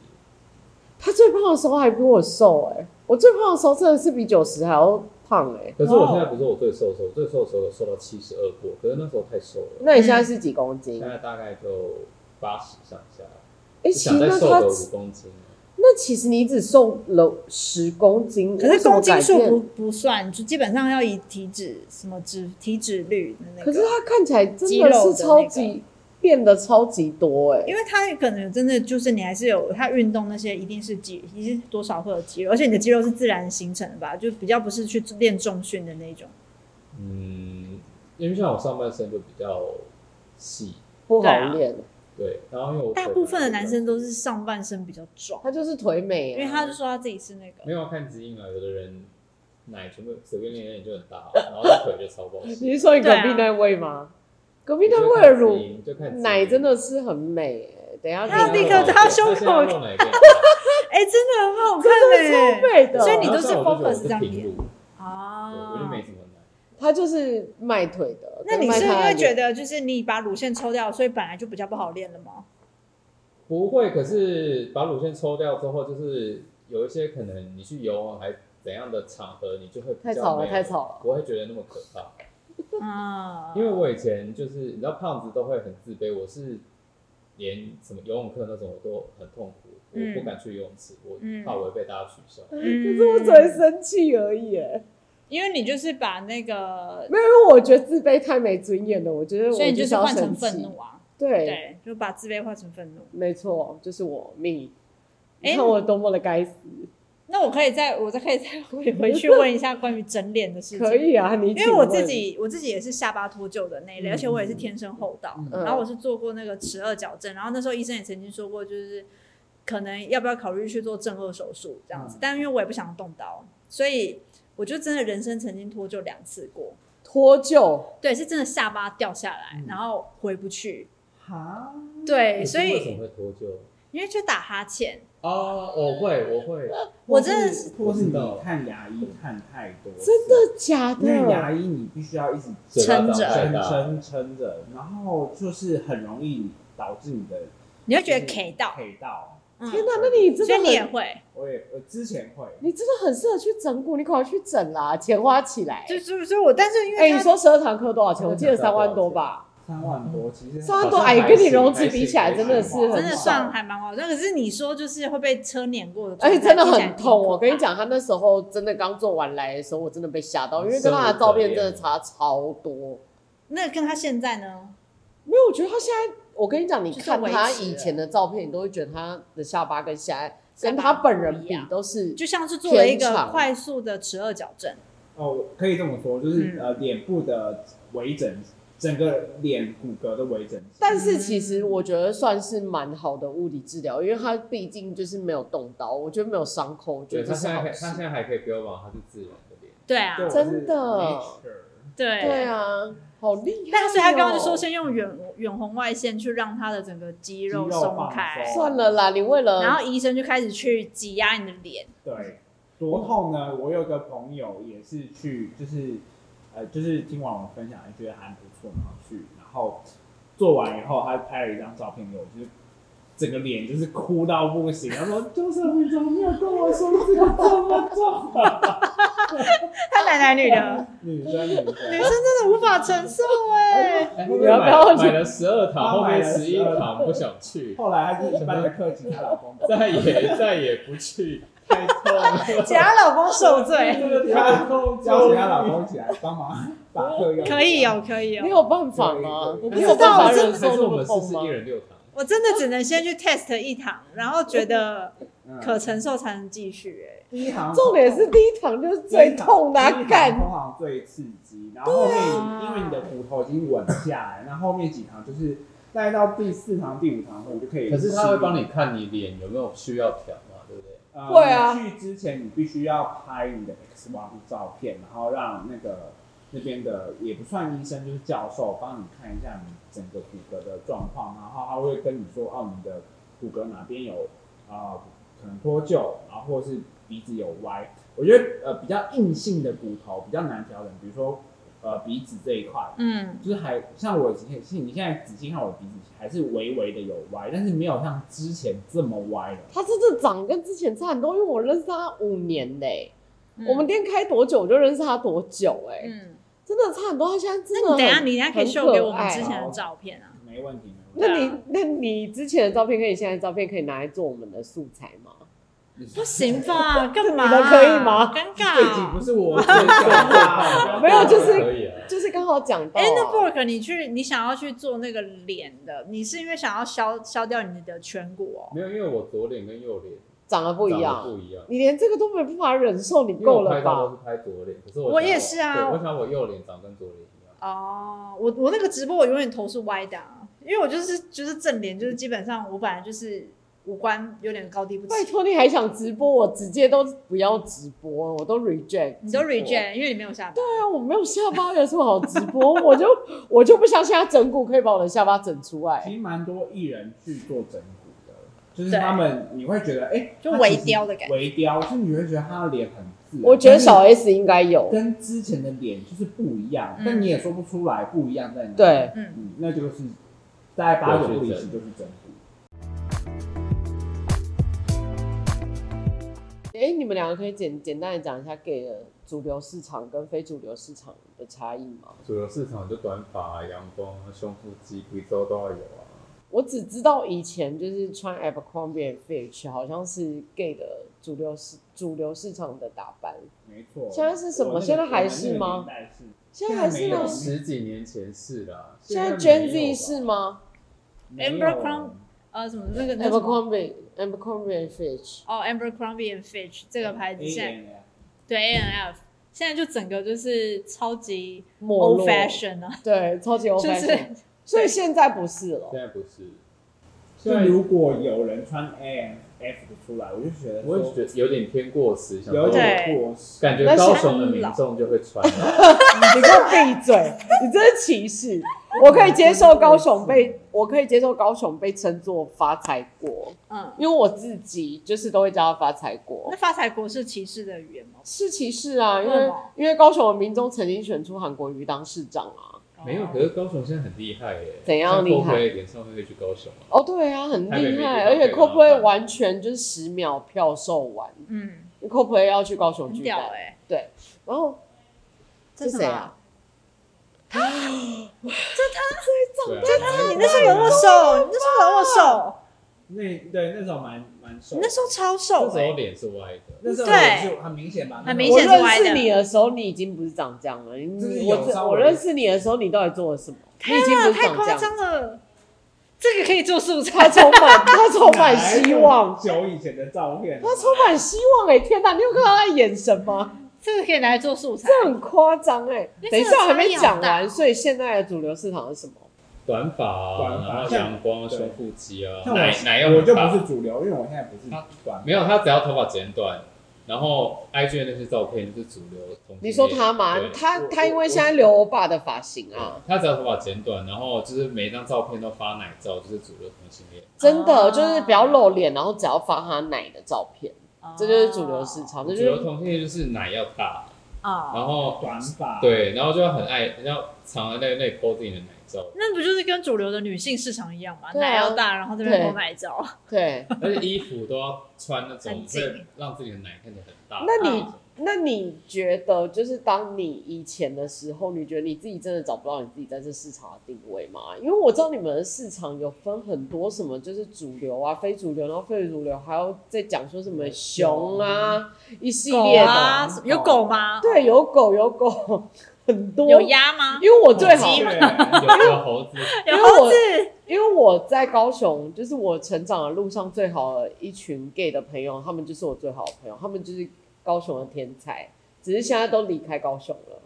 他最胖的时候还比我瘦哎、我最胖的时候真的是比九十还要胖哎、
可是我现在不是我最瘦的时候，我最瘦的时候有瘦到七十二过，可是那时候太瘦了，
那你现在是几公斤
现？在大概就八十上下，
哎、
就
其
想
实
再
那
瘦
他
个五公斤。
那其实你只瘦了十公斤，
可是公斤
为什么
数
改
不
变，
不算，就基本上要以体脂什么脂体脂率的那个。
可是他看起来真
肌肉
的
的那
是
个
超级、变得超级多哎、
因为它可能真的就是你还是有它运动那些一定是肌，一定多少会有肌肉，而且你的肌肉是自然形成的吧，就比较不是去练重训的那种。
嗯，因为像我上半身就比较细，
不好
对啊
练，
对，然后因为我
大部分的男生都是上半身比较壮，
他就是腿美、
因
啊，
为他就说他自己是那个
没有要看基因啊，有的人奶全部随便练练就很大，然后他腿就超爆细。
你是说你隔
对啊
壁那位吗？隔壁
就
那位
看
的
基
乳
因就看基因
奶真的是很美、欸，等一下
他
可以
立刻
看到
在他胸口
这要弄哪一边
哎、真的很好看
真的
哎、
超美的，
所以 你都
然后
是
像我就觉得
focus
我是
这样
平
练
乳，对，我就
啊。
没什么奶。
他就是卖腿的。
那你
跟卖
是因
他的
为觉
脸
得就是你把乳腺抽掉，所以本来就比较不好练了吗？
不会，可是把乳腺抽掉之后，就是有一些可能你去游泳还怎样的场合，你就会比
太
较
吵了
没有
太吵了
不会觉得那么可怕。
嗯
啊，
因为我以前就是你知道胖子都会很自卑，我是连什么游泳课那种我都很痛苦，
嗯
我不敢去游泳池，我
嗯
怕我会被大家取笑。
哎可是我只会生气而已、欸，
因为你就是把那个，
没有，因为我觉得自卑太没尊严了。我觉得我
所以你就是
是要
换成
生
愤
气，
怒啊，
对，
对，就把自卑换成愤怒。
没错，就是我命。
哎
你看我多么的该死！
那我可以再，我再可以再回回去问一下关于整脸的 事情。
可，以啊，你
因为
请
我
问
自，己我自己也是下巴脱臼的那一类，
嗯
而且我也是天生厚道，
嗯
然后我是做过那个齿颚矫正，然后那时候医生也曾经说过，就是可能要不要考虑去做正颚手术这样子，但因为我也不想动刀，所以我就真的人生曾经脱臼两次过，
脱臼，
对，是真的下巴掉下来
嗯，
然后回不去，
哈，
对，
可是
所
为什么
以
会脱臼？
因为就打哈欠。
哦，我会，我会，
我真的
是，或是你看牙医看太多，
真的假
因为牙
的？
医你必须要一直
嘴巴
撑
张
着
太
撑
大，
撑撑着，然后就是很容易导致你的
你会觉得 K 到，
K 到。
嗯，
天哪，那你真
所
的
以你也
很，
会，
我也我之前会，
你真的很适合去整骨，你赶快去整啦，钱花起来。
就就所以我，但是因
哎，
为
你
他
说十二堂课多少钱？我记得三万多吧。
三万多，其实
三万多，
好像还
哎，跟你容
行
积
还
比起来
行
真的是很
还
真的
少
算还蛮好，那可是你说就是会被车碾过的状
而
态，
且真的
听起来
很
挺
痛，
可
我跟你
怕，
讲，他那时候真的刚做完来的时候，我真的被吓到，因为跟他的照片真的差超多。
那跟他现在呢，
没有，我觉得他现在，我跟你讲，你
就是
看
维持
他
了
以前的照片，你都会觉得他的下巴跟现在
下
跟
巴
他本人
不一
比
样
都是
就像是做了一
偏
个
长
快速的齿颚矫正，
哦，可以这么说，就是、
嗯
呃脸部的微整，整个脸骨骼的微整，
但
嗯
是其实我觉得算是蛮好的物理治疗，因为他毕竟就是没有动刀，我觉得没有伤口，我觉
对
得
他
这是
现在
好
还他现
事。
在还可以标榜他是自然的脸，
对啊
对，我
真的
是 nature
对
对。啊，好厉害、
但所以他刚刚就说，。先用远远红外线去让他的整个肌肉
肌肉
松
放
开，
松
算了啦，你为了
然后医生就开始去挤压你的脸，
对，多痛呢？我有个朋友也是去，就是呃，就是听完我分享，觉得还不错，然后去，然后做完以后，他拍了一张照片给我，就是整个脸就是哭到不行。他说：“就是你怎么没有跟我说这个这么重啊
他男男女的，？”
女生，女
女
生
生。真的无法承受哎、
哎
你
要不要去
买了十二堂，
他
后
买
面
了
十一
12
堂不想去，
后来她就一般的客气，她老公
再也再也不去，太痛了。
假她老公受罪，
这个太痛了，
叫请她老公起来帮忙把课用。
可以哦，可以哦
没。有办法吗？
对对对
你
你
有
有
办法
办法
忍
忍
受
受
那
我
么
们
痛
试试
吗
一？人六堂。
我真的只能先去 test 一堂，然后觉得
嗯
可承受才能继续、欸。
第一行
重点是第一堂就是最痛的啊、
感
干
通常最刺激，然后后面
啊
因为你的骨头已经稳下来，然后后面几堂就是大概到第四堂、第五堂的时候，你就可以。
可是他会帮你，看你脸有没有需要调嘛，对不对？
呃、
会啊
你去之前你必须要拍你的 X 光照片，然后让那个那边的也不算医生，就是教授帮你看一下你整个骨骼的状况，然后他会跟你说，哦，你的骨骼哪边有啊、可能脱臼，然后或是鼻子有歪。我觉得呃比较硬性的骨头比较难调整，比如说呃鼻子这一块，
嗯，
就是还像我之前，是你现在仔细看我的鼻子还是微微的有歪，但是没有像之前这么歪了。
他真的长跟之前差很多，因为我认识他五年嘞、
嗯
我们店开多久我就认识他多久哎、
嗯，
真的差很多。他现在真的
那
很
你等一下，你等一下可以秀给我们之
很可爱哦
前的照片啊。
没问题，没问
那
题。
你、
对啊
那你之前的照片跟你现在的照片可以拿来做我们的素材吗？
嗯不行 吧？干嘛？啊
你的可以吗
尴
这集不
尬。啊
是我最想的
没有就是
可以啊。
就是刚好讲到、
哎、那
啊，
Bork，你去，你想要去做那个脸的，你是因为想要消消掉你的颧骨哦？
没有，因为我左脸跟右脸
长得不一
长得
样，
不一样。
你连这个都没办法忍受，你
因为
够
我拍
了
照都
吧？
是拍左脸，可是
我
我想
也是啊
对我想我右脸长跟左脸一样。
哦，我我那个直播我永远头是歪的、啊，因为我就是就是正脸，就是基本上我本来就是五官有点高低不
拜
齐，
托，你还想直播？我直接都不要直播，我都 reject。
你都 reject，因为你没有下巴。
对啊，我没有下巴，有什么好直播？我就 我就不相信他整骨可以把我的下巴整出
其
来。
实蛮多艺人去做整骨的，就是
对
他们你会觉得哎、诶
就
他
微
其实
雕的感觉
微雕，就是你会觉得他的脸很自然，
我觉得小
但是
S 应该有，
跟之前的脸就是不一样，
嗯
但你也说不出来不一样在哪。
对，
嗯，
嗯，那就是大概八九不离十就是整骨。
哎、你们两个可以简简单的讲一下 gay 的主流市场跟非主流市场的差异吗？
主流市场就短发、阳光、胸腹肌、贵州都要有啊。
我只知道以前就是穿 Abercrombie and Fitch 好像是 gay 的主流市主流市场的打扮，
没错。
现在是什么
我那个
现在还是吗？
我那个年代是
现在还是
现在没
吗
有？
十几年前是啦，
现在
没
Gen
有吧
Z 是吗
没
Amber
有
Crumb 呃，什么那个那个什么
？Abercrombie Abercrombie and Fitch，
哦，Abercrombie and Fitch 这
哎
个牌子现在
ANF
对 A N F 现在就整个就是超级
没
old
落，
fashion 啊，
对，超级 old
就是
fashion，所以现在不是了
现。在不是，
就如果有人穿 ANF 的出来，我就觉得
我也觉得有点偏过时，想
有
说
点过时。
感觉高雄的民众就会穿。
你给我闭嘴！你真是歧视。我可以接受高雄被，我可以接受高雄被称作发财国，
嗯，
因为我自己就是都会叫它发财国
那。发财国是歧视的语言吗？
是歧视啊，因
为什
为
么
因为高雄的民众曾经选出韩国瑜当市长啊。
没
哦
有，可是高雄现在很厉害耶。
怎样
像
厉害
Coldplay 演唱会会去高雄啊？
哦，对啊，很
台北
厉
没
害，
地方
而且
可以
CoPlay
让他办
完全就是十秒票售完
嗯，
，CoPlay 要去高雄
很
巨
屌
蛋，
哎、
对，然后
这
是
什
谁
么
啊？
对啊，
你那时候有握
啊
手，你那时候有握手，
那对那时候蛮蛮瘦
你
的，
那时候超
那
瘦
时
哎、
候脸是歪的，
那时候
对
就很明显吧，
很明
我
显是
认
歪的
识你的时候，你已经不是长这样了。
就是
你
有
我这
稍微
我认识你的时候，你到底做了什么？你已经不
啊，
是
太
长这
夸
样。
张了，这个可以做素
他
材，
充满他充满希望，
久以前的照片，
他充满希望哎、天哪，你有看到他的眼神吗？
这个可以拿来做素材，
这很夸张哎。
因为
等一
这
下
个
我还没讲
差异好
完，
大
所以现在的主流市场是什么？
短发
短
啊，
发
然后
像
阳光、
对
胸腹肌啊，
像我
奶奶要
我
很
就
大
不是主流，因为我现在不是短，
没有，他只要头发剪短，然后 IG 的那些照片就是主流同性恋。
你说他吗
对？
他
我
他因为现在留欧巴的发型啊，
他只要头发剪短，然后就是每一张照片都发奶照，就是主流同性恋。
真的
啊
就是不要露脸，然后只要发他奶的照片，这就是主流市场，这
主
就
流
是
同性恋就是奶要大，
啊、
然后
短发，，
对，然后就要很爱，要藏在那那里 po 自己的奶照，
那不就是跟主流的女性市场一样吗？
对啊
奶要大，然后这边
对
偷奶照，
对。
而且衣服都要穿那种
很紧
会让自己的奶看起来很大。
那你、
嗯
那你觉得，就是当你以前的时候，你觉得你自己真的找不到你自己在这市场的定位吗？因为我知道你们的市场有分很多什么，就是主流啊、非主流，然后非主流还要再讲说什么熊啊一系
狗
列的，
啊，
狗
有狗吗？
对，有狗有狗很多，
有鸭吗？
因为我最好，
鸡
因
吗
啊有有猴 子，
有
为我
猴子，
为我在高雄，就是我成长的路上最好的一群 gay 的朋友，他们就是我最好的朋友，他们就是高雄的天才，只是现在都离开高雄了。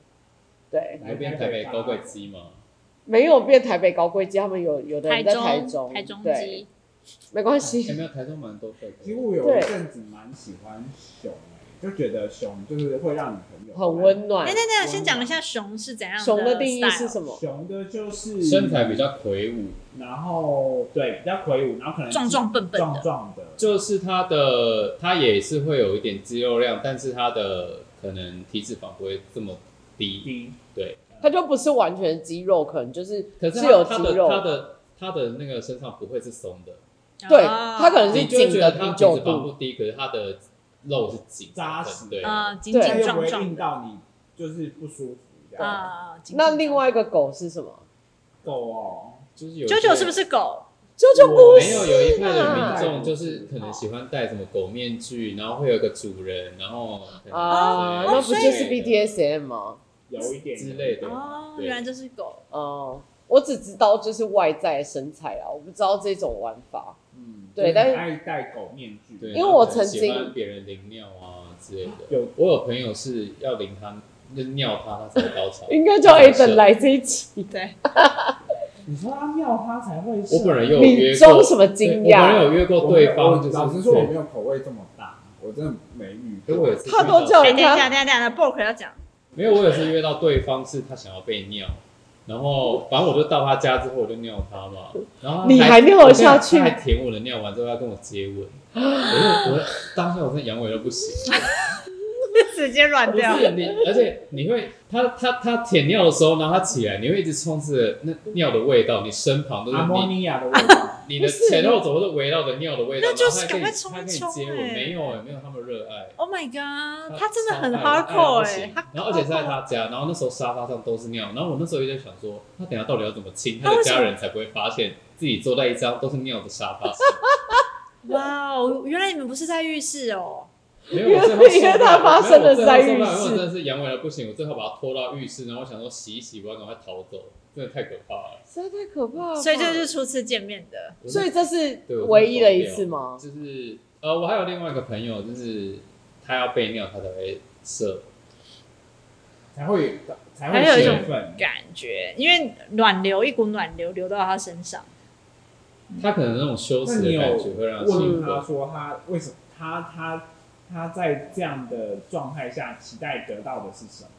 对，
那边台北高贵鸡嘛，
没有变台北高贵鸡，他们有有的人在台
中，
中，
台中
对，
鸡，
没关
有
系。
哎没有台中蛮多贵的？
其实我有一阵子蛮喜欢熊欸，就觉得熊就是会让你很有
很温暖
哎，。等等，先讲一下熊是怎样
熊
的
的定义是
style
什么？
熊的就是
身材比，较魁梧，
然后对比较魁梧，然后可能
壮壮笨笨
壮
的，
壮的，
就是他的他也是会有一点肌肉量，但是他的可能体脂肪不会这么低。
低，
对，
它就不是完全肌肉，可能就是
可是它
有
它
肌
的
肉，
它的它的那个身上不会是松的，
对
啊
它可能是
你就会
紧
觉
的
得它
啤酒
皮脂肪
肚
不低，可是它的肉是紧的
扎实
对，
嗯紧
对
但
紧
又不
壮
会
壮
硬
的
到你就是不舒服这样。
啊。紧
那
紧
另
壮
外一个狗是什么？
狗哦，
就是有
九
些
九是不是狗？
啾啾不
我
没有，有一
是
派的
啦
民众就是可能喜欢戴什么狗面具，然后会有个主人，然后可能
哦
啊，
对
那不就
之
是
类的
BTSM 吗？
有一点嗯
之类的？
哦，
对
原来这是狗。
哦、我只知道就是外在身材啊，我不知道这种玩法。
嗯，
对
就是
但是
爱戴狗面具，
对，
因为我
然后可能
曾
喜
经
欢别人淋尿啊之类的。
有
我有朋友是要淋他，就是尿他，他才会高潮
。应该叫 A 等
啊
来这一集，
对，
你说他尿他才会射，
我本人有
你
约
装
过，
什么惊
对我本
讶？
人有约过
我没有
对方，就是
老实说我没有口味这么大，我真的没遇
对可
过
我。有一次
他
遇
都
到
叫
哎
人
等一下，
家
等一下，等一下，Bork 要讲。
没有，我也是约到对方是他想要被尿，然后反正我就到他家之后我就尿他嘛，然后他
你还尿得下去
他还舔我的尿，完之后要跟我接吻，我就我当下我真的阳痿都 不行，
直接软
不
掉。
是你，而且你会他他他舔尿的时候，然后他起来，你会一直充斥着那尿的味道，你身旁都是
阿莫
你
尼亚的味道，
你的前后左右都围绕着尿的味道，
那就是
然后他
赶快
还跟你
冲
他
一
跟你
冲
接吻，
欸
没有哎，没有他们热爱。
Oh my god，他真的
超
很
爱
hardcore
爱到不
哎、
行
他
然后而且是在他家，然后那时候沙发上都是尿，然后我那时候也在想说，他等下到底要怎么亲
他
他的
为什么
家人才不会发现自己坐在一张都是尿的沙发上？
哇哦，原来你们不是在浴室哦，
没有，我最后受不了
因为他发生的在浴室
没有我最后受不了因为我真的是阳痿了不行，我最后把他拖到浴室，然后我想说洗一洗，我要赶快逃走，真的太可怕了。
实在太可怕了吧。
所以这就是初次见面的。
我
所以这是
对我
唯一的一
真的受不了
次吗？
就是呃，我还有另外一个朋友，就是他要被尿，他才会射。
才会才
还
会
有
一
兴奋。
感觉，因为暖流一股暖流流到他身上，
他可能那种羞
那
耻
你
的
有
感觉会让他
问
兴
他
奋。
说他为什么他他他在这样的状态下期待得到的是什么？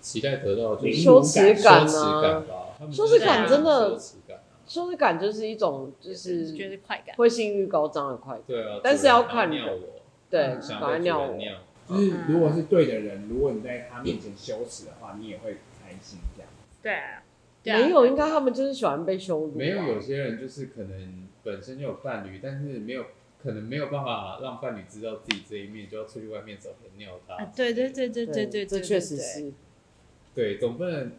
期待得到就是
羞耻感
羞耻感
啊，
吧，他们
羞耻
感
就是
真的
羞耻感啊
羞耻感就是一种就
觉
是
得快感。
会性欲高涨的快感。
对啊，
但是要看
尿
人
我，
对，
嗯
赶
想
快
要
尿
尿
我。
尿，
就是如果是对的人，如果你在他面前羞耻的话，你也会开心这样。
对啊，对啊
没有，应该他们就是喜欢被羞辱吧。啊
没有有些人就是可能本身就有伴侣，但是没有可能没有办法让伴侣知道自己这一面，就要出去外面找人尿他
啊，。对对对对对对，
这
对
确实。
对
是。
对，总不能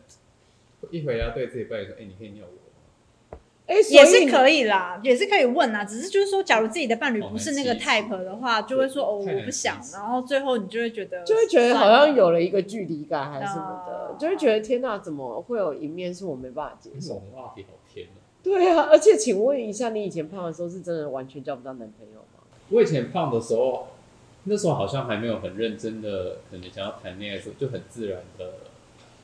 一回家对自己伴侣说：“哎，你可以尿我吗
哎，
也
所以
是
你
可以啦，也是可以问啦，只是就是说，假如自己的伴侣不是那个
哦很
type 的话，就会说哦，
太难
我不想
启，齿
然后最后你就会觉得，
就会觉得好像有了一个距离感还是什么的
啊，
就会觉得天哪，怎么会有一面是我没办法接？”
这
受？
种话题好偏哦。
对啊，而且请问一下，你以前胖的时候是真的完全交不到男朋友吗？
我以前胖的时候，那时候好像还没有很认真的，可能想要谈恋爱的时候，就很自然的。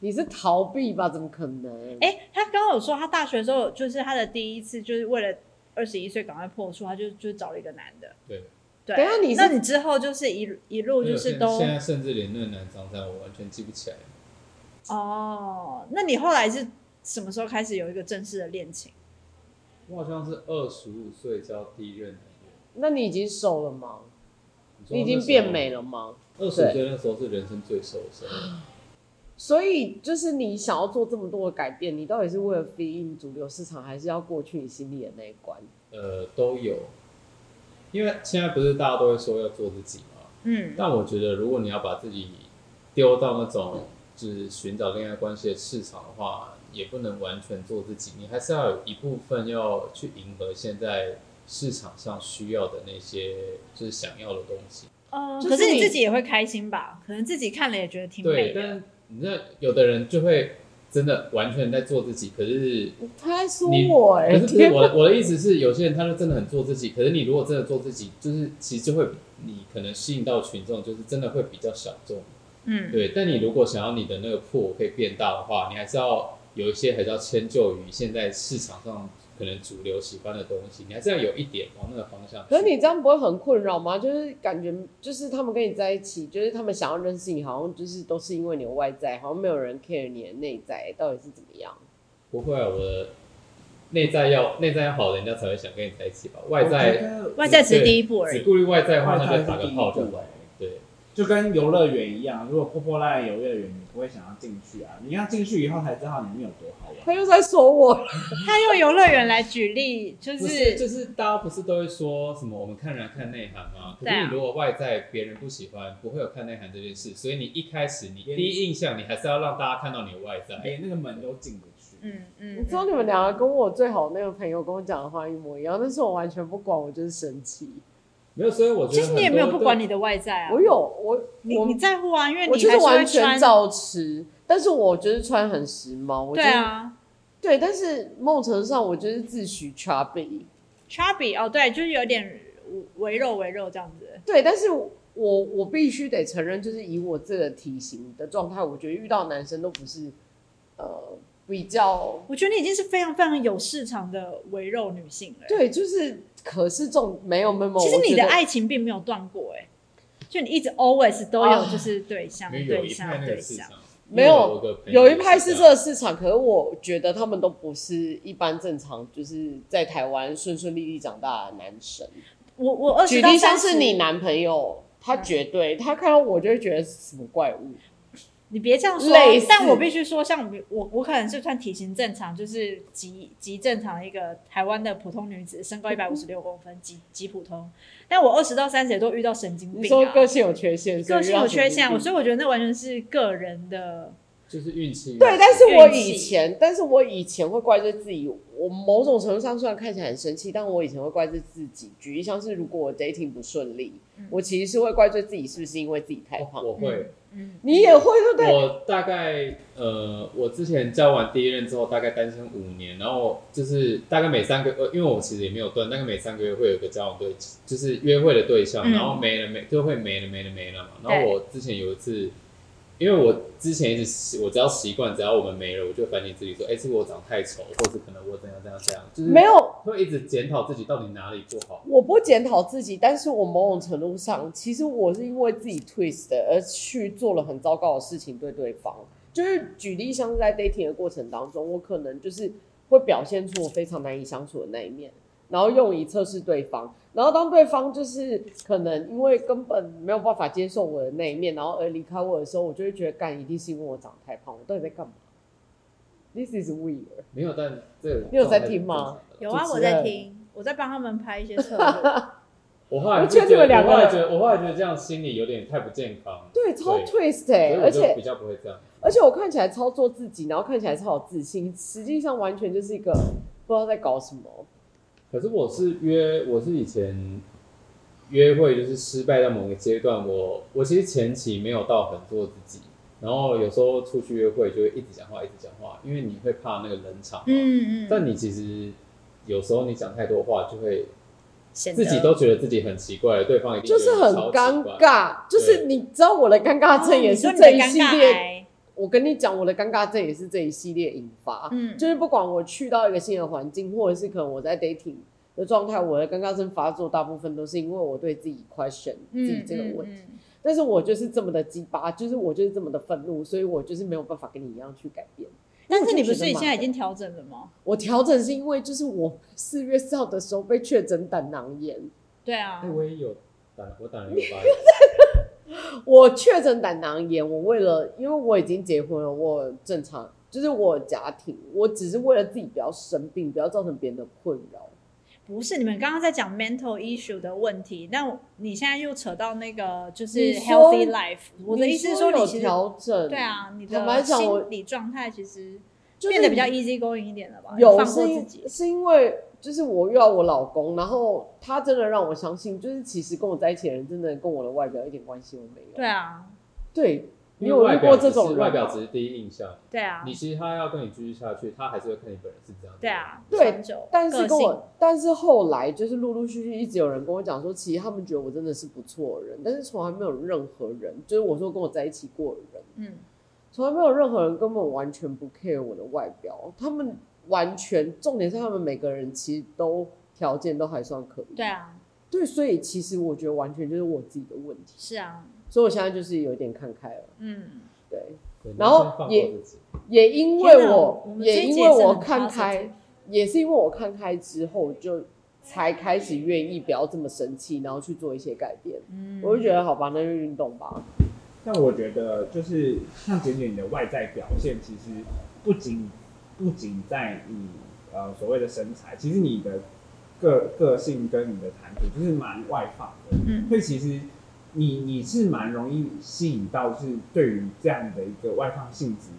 你是逃避吧？怎么可能？
哎、他刚刚有说他大学的时候，就是他的第一次，就是为了二十一岁赶快破处，他就就找了一个男的。
对
对，
等一下你是
那你之后就是一一路就是
现在
都
现在甚至连那个男长这样，我完全记不起来。
哦，那你后来是什么时候开始有一个正式的恋情？
我好像是二十五岁交第一任男友，
那你已经瘦了吗？
说
你已经变美了吗？
那时候。二十岁那时候是人生最瘦的时候，
所以就是你想要做这么多的改变，你到底是为了 fit in 主流市场，还是要过去你心里的那一关？
呃，都有。因为现在不是大家都会说要做自己嘛，
嗯，
但我觉得如果你要把自己丢到那种就是寻找恋爱关系的市场的话，也不能完全做自己，你还是要有一部分要去迎合现在市场上需要的那些就是想要的东西。
哦、
呃就是
可是
你
你自己也会开心吧？可能自己看了也觉得挺
对
美，的。
但你知道有的人就会真的完全在做自己，可是
他在说
你
我哎、
可是不是
天
我的我的意思是，有些人他就真的很做自己，可是你如果真的做自己，就是其实就会你可能吸引到群众，就是真的会比较小众。
嗯，
对，但你如果想要你的那个破可以变大的话，你还是要有一些还是要迁就于现在市场上可能主流喜欢的东西，你还是要有一点往那个方向去。
可是你这样不会很困扰吗？就是感觉，就是他们跟你在一起，就是他们想要认识你，好像就是都是因为你的外在，好像没有人 care 你的内在到底是怎么样。
不会、啊，我的内在要内在要好，人家才会想跟你在一起吧。外
我觉
在
得
外在只是第一步而
只
已。
顾虑外在的话，
外
那
在
就是打个啊
第一
炮就
步
完。
哎
对，
就跟游乐园一样，如果破破烂烂游乐园，你不会想要进去啊。你要进去以后才知道里面有多好玩。
他又在说
嗯
我，
他用游乐园来举例，就
不是，就是大家不是都会说什么我们看人看内涵吗？可
对
是
啊
你如果外在别人不喜欢，不会有看内涵这件事，所以你一开始你
也
第一印象你还是要让大家看到你的外在。
连哎那个门都进不去。
嗯嗯，
你知道你们两个跟我最好那个朋友跟我讲的话一模一样，但是我完全不管，我就是生气。
没有，所以我觉
其
得
实你也没有不管
你，
你的外在啊，
我有我
你
我
你在乎啊，因为
我
你
就
还
是
会
完全
穿，
照吃，但是我就是穿很时髦。我就
对
是
啊
对，但是某种程度上我就是自诩 chubby。
，chubby 哦，对，就是有点围肉围肉这样子，
对，但是我我必须得承认，就是以我这个体型的状态，我觉得遇到男生都不是呃比较
我觉得你已经是非常非常有市场的围肉女性了。，欸
对，就是可是这种没有没有，
其实
我
你
觉
的
得
爱情并没有断过哎、就你一直 always 都有
啊
就是对象、
因为有
对
一派
象
那
对
个市
象
场，，
没
因为
有
我个朋友
有一派是
这
这
样
个市场，可是我觉得他们都不是一般正常，就是在台湾顺顺利利长大的男生。
我我二
举
十到
例像
三
是
十，嗯
你男朋友，他绝对、他看到我就会觉得是什么怪物，
你别这样说啊
类似，
但我必须说，像我我我可能是算体型正常，就是极极正常的一个台湾的普通女子，身高一百五十六公分，极极普通。但我二十到三十也都遇到神经
你
病、
说
啊，
个性有缺陷，所以
个性有缺陷，
让
我
你
所以我觉得那完全是个人的。
就是运气。啊
对，但是我
运气
以前，但是我以前会怪罪自己，我某种程度上虽然看起来很生气，但我以前会怪罪自己。举例像是如果我 dating 不顺利，
嗯
我其实是会怪罪自己是不是因为自己太胖。
我会，
嗯，
你也会对不对？
我大概呃，我之前交完第一任之后，大概单身五年，然后我就是大概每三个，呃，因为我其实也没有断，大概每三个月会有一个交往对，就是约会的对象，
嗯
然后没了没就会没了没了没了嘛。
对
然后我之前有一次，因为我之前一直习我只要习惯，只要我们没了，我就反省自己说，哎、是不是我长太丑，或者可能我怎样怎样怎样，就是
没有，
会一直检讨自己到底哪里不好。
我不检讨自己，但是我某种程度上，其实我是因为自己 twist 的而去做了很糟糕的事情对对方。就是举例，像是在 dating 的过程当中，我可能就是会表现出我非常难以相处的那一面，然后用以测试对方。然后当对方就是可能因为根本没有办法接受我的那一面，然后而离开我的时候，我就会觉得干，一定是因为我长太胖，我到底在干嘛？This is weird。
没有，但这个
你有在听吗？
有啊，
主持
我在
人
听，我在帮他们拍一些 策略。
我后来
我
就
觉得你们两个
我后来觉得，我后来觉得这样心理有点太不健康。
对，超
对
twist 哎、
所以我
而
就
且
比较不会这样。
而且我看起来超做自己，然后看起来超有自信，实际上完全就是一个不知道在搞什么。
可是我是约，我是以前约会就是失败到某个阶段，我我其实前期没有到很做自己，然后有时候出去约会就会一直讲话，一直讲话，因为你会怕那个冷场嘛。
嗯嗯，
但你其实有时候你讲太多话，就会
显得
自己都觉得自己很奇怪，对方一定
就是很尴
尬。
尬，就是你知道我的尴尬症也是
哦你说
这
你
一
的
系
尴尬
列，
癌
我跟你讲，我的尴尬症也是这一系列引发，
嗯
就是不管我去到一个新的环境，或者是可能我在 dating 的状态，我的尴尬症发作大部分都是因为我对自己 question 自己这个问题，
嗯嗯嗯
但是我就是这么的鸡巴，就是我就是这么的愤怒，所以我就是没有办法跟你一样去改变。
但
我
是
就
你
觉
不
得
是现
麻
在已
烦
经调整了吗？
我调整是因为就是我四月四号的时候被确诊胆囊炎，
对啊
哎，，我也有打，我打了有发炎。
我确诊胆囊炎，我为了因为我已经结婚了，我正常就是我有家庭，我只是为了自己不要生病，不要造成别人的困扰。
不是，你们刚刚在讲 mental issue 的问题，但你现在又扯到那个就是
你说
healthy life。我的意思是
说
说，
有
你其实
调整，
对，啊，你
坦白
的
讲我
心理状态其实
就是
变得比较 easy going 一点了吧？你
有
放过
是
自
因
己，
是因为就是我遇到我老公，然后他真的让我相信，就是其实跟我在一起的人真的跟我的外表一点关系都没有。
对啊，
对，你
因为
有遇
外
过
表
这
只是
种人吗
外表只是第一印象，
对啊，
你其实他要跟你继续下去，他还是会看你本人是这样。
对，啊，
对
长久
但是
个
跟
性
我，但是后来就是陆陆续续一直有人跟我讲说，其实他们觉得我真的是不错的人，但是从来没有任何人，就是我说跟我在一起过的人，
嗯，
从来没有任何人根本完全不 care 我的外表，他们完全，重点是他们每个人其实都条件都还算可以，
对啊，
对，所以其实我觉得完全就是我自己的问题，
是啊，
所以我现在就是有点看开了，
嗯，
对，
对
然后
你要先放
也
过自己
也因
天
为
哪
我
我们这
也
一
因
集
为
也
我
是很
看
positive
开，也是因为我看开之后，就才开始愿意不要这么生气，然后去做一些改变。
嗯
我就觉得好吧，那就运动吧。
但我觉得就是像简简你的外在表现，其实不仅不仅在你呃所谓的身材，其实你的个个性跟你的谈吐就是蛮外放的，
嗯
所以其实你你是蛮容易吸引到是对于这样的一个外放性质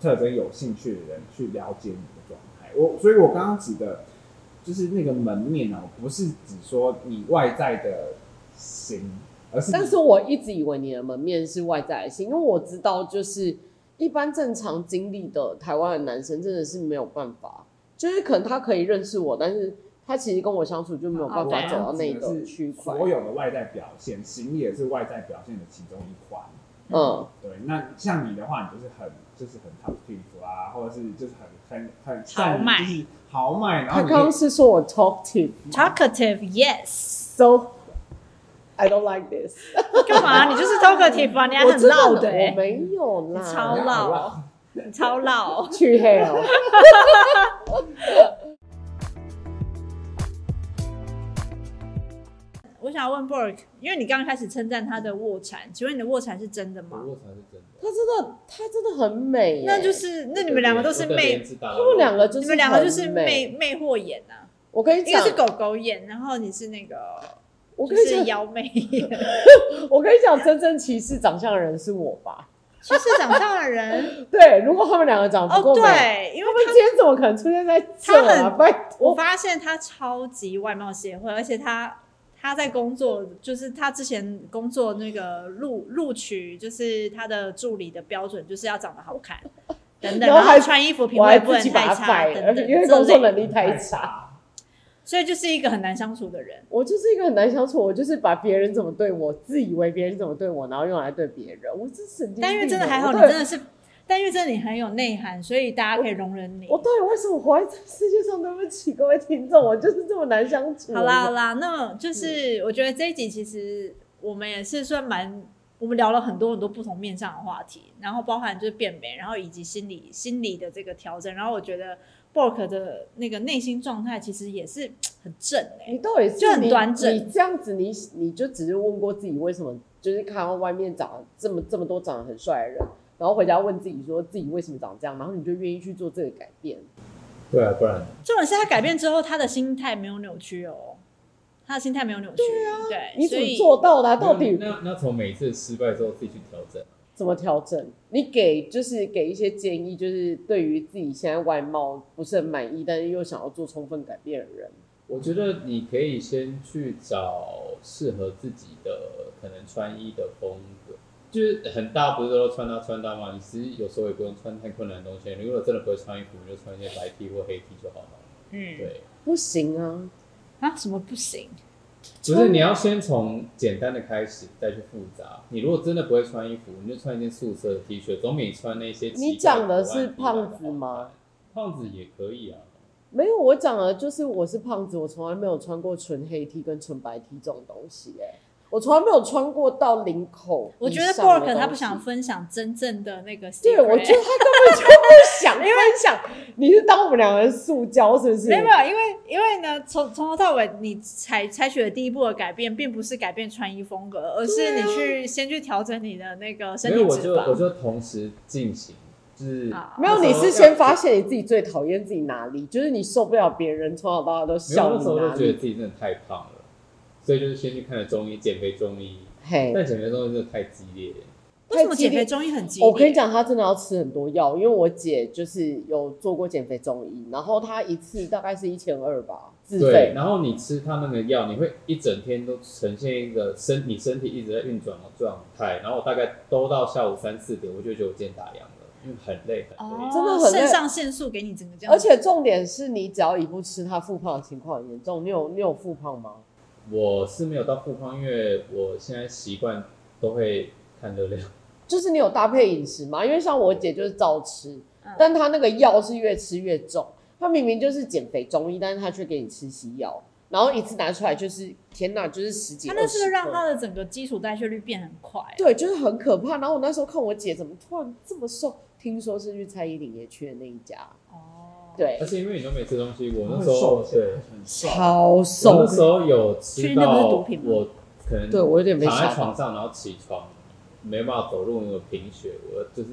特征有兴趣的人去了解你的状态。我所以，我刚刚指的就是那个门面哦、不是指说你外在的形，而是你
但是我一直以为你的门面是外在的性，因为我知道就是一般正常经历的台湾的男生真的是没有办法，就是可能他可以认识我，但是他其实跟我相处就没有办法
哦
走到那
我刚刚
个
指的
区
是
块。
所有的外在表现，型也是外在表现的其中一环。
嗯，
对，那像你的话，你就是很就是很 top tip 啊，或者是就是很很很
豪迈
就是豪迈，然
他
后你
刚刚
就是
说我 talkative。
talkative yes，
So I don't like this
干嘛？你就是 talkative 啊，你还
我
很
真的。
唠的
我
欸，
没有啦，
超
哦
唠，你超唠。
去黑 哦。
我想要问 Bork，因为你刚刚开始称赞他的卧蚕，请问你的卧蚕是真的吗？
不过才是真的。
她真的，她真的很美耶，欸
那就是那你们两个都是
妹
魅，，
他
他们两个，就是
你们两个就是
很
魅
美。
魅惑眼呐、啊，
我跟你
一个
讲
是，狗狗眼，然后你是那个
我
就
跟你
是
讲，
妖媚眼，
我跟你讲，真正歧视长相的人是我吧？
其实长大的人
对，如果他们两个长得不
哦
够美，
对，因为
他们今天怎么可能出现在这
他
啊？
很
拜
我
托，
发现他超级外貌协会，而且他他在工作，就是他之前工作那个录录取，就是他的助理的标准就是要长得 好看，等等，
然后
然
还
后穿衣服品
我
味
还
不
自
能
己把
太
他
差，
摆
等
了，
等
因为工作
这类
能力太差。
差，
所以就是一个很难相处的人。
我就是一个很难相处，我就是把别人怎么对我，自以为别人怎么对我，然后用来对别人，我真神经病。欸
但因为真的还好，
我
你
对
真的是，但因为真的你很有内涵，所以大家可以容忍你。
我到底哦为什么活在这个世界上？对不起各位听众，我就是这么难相处。
好啦好，啦，那就是我觉得这一集其
嗯
实我们也是算蛮，我们聊了很多很多不同面上的话题，然后包含就是变美，然后以及心理心理的这个调整，然后我觉得 Bork 的那个内心状态其实也是很正哎、
你到底是
就很
你
端正
你这样子你，你就只是问过自己为什么，就是看到外面长得这么这么多长得很帅的人，然后回家问自己说自己为什么长这样，然后你就愿意去做这个改变。
对啊，不然
重点是他改变之后，他的心态没有扭曲哦，他的心态没有扭曲，对,、
你
所
怎么
以
做到的啊、到底
那那从每一次失败之后自己去调整。
怎么调整？你给就是给一些建议，就是对于自己现在外貌不是很满意，但是又想要做充分改变的人，
我觉得你可以先去找适合自己的，可能穿衣的风格，就是很大不是都穿搭穿搭嘛，你其实有时候也不用穿太困难的东西。你如果真的不会穿衣服，你就穿一些白 T 或黑 T 就好了。
嗯，
对，
不行啊！
啊什么不行？
不是你要先从简单的开始，再去复杂。你如果真的不会穿衣服，你就穿一件素色的 T 恤，总比你穿那些奇怪
你讲的
图案
是
图案
胖子吗
好看？胖子也可以啊。
没有，我讲的就是我是胖子，我从来没有穿过纯黑 T 跟纯白 T 这种东西、欸，我从来没有穿过到领口以
我觉得
上的
Bork 他不想
东西。
分享真正的那个 secret，
对，我觉得他根本就不 想分享。你是当我们两个人塑胶是不是？
没有，没有，因为因为呢，从从头到尾，你采采取的第一步的改变，并不是改变穿衣风格，而是你去、先去调整你的那个身
没
体
有，我
脂
就我
肪。
就同时进行，就是、
啊
没有，你是先发现你自己最讨厌自己哪里，就是你受不了别人从小到大都
没有
笑
那
你
时候
哪
就觉得
里。
自己真的太胖了，所以就是先去看了中医，减肥中医。
嘿，
但减肥中医真的太激烈了，
为什么
太激
减
烈
肥中医很激烈？
我跟你，讲，他真的要吃很多药，因为我姐就是有做过减肥中医，然后她一次大概是一千二吧，自
对
费。。
然后你吃他那个药，你会一整天都呈现一个身体身体一直在运转的状态。然后我大概都到下午三四点，我就觉得我今天打烊了，
嗯
因为很累很累。
哦，
真的很累
肾上腺素给你整个这样，
而且重点是你只要一不吃，它复胖的情况很严重。你有你有复胖吗？
我是没有到复胖，因为我现在习惯都会看热 量。
就是你有搭配饮食吗？因为像我姐就是照吃
嗯，
但她那个药是越吃越重。她明明就是减肥中医，但是她却给你吃西药，然后一次拿出来就是天哪，就是十几
他
二
那
十
是让
克
他的整个基础代谢率变很快。
对，就是很可怕。然后我那时候看我姐怎么突然这么瘦，听说是去蔡依林也去的那一家，
哦，
对
而，且因为你都没吃东西，我那
会
时候
瘦起来
对，
很瘦，
超
我
瘦
那，时候有
所以
吃
那不是
到
毒品吗
我可能
对我有点没
躺在
想到，
床上，然后起床没办法走路，有贫血，我就是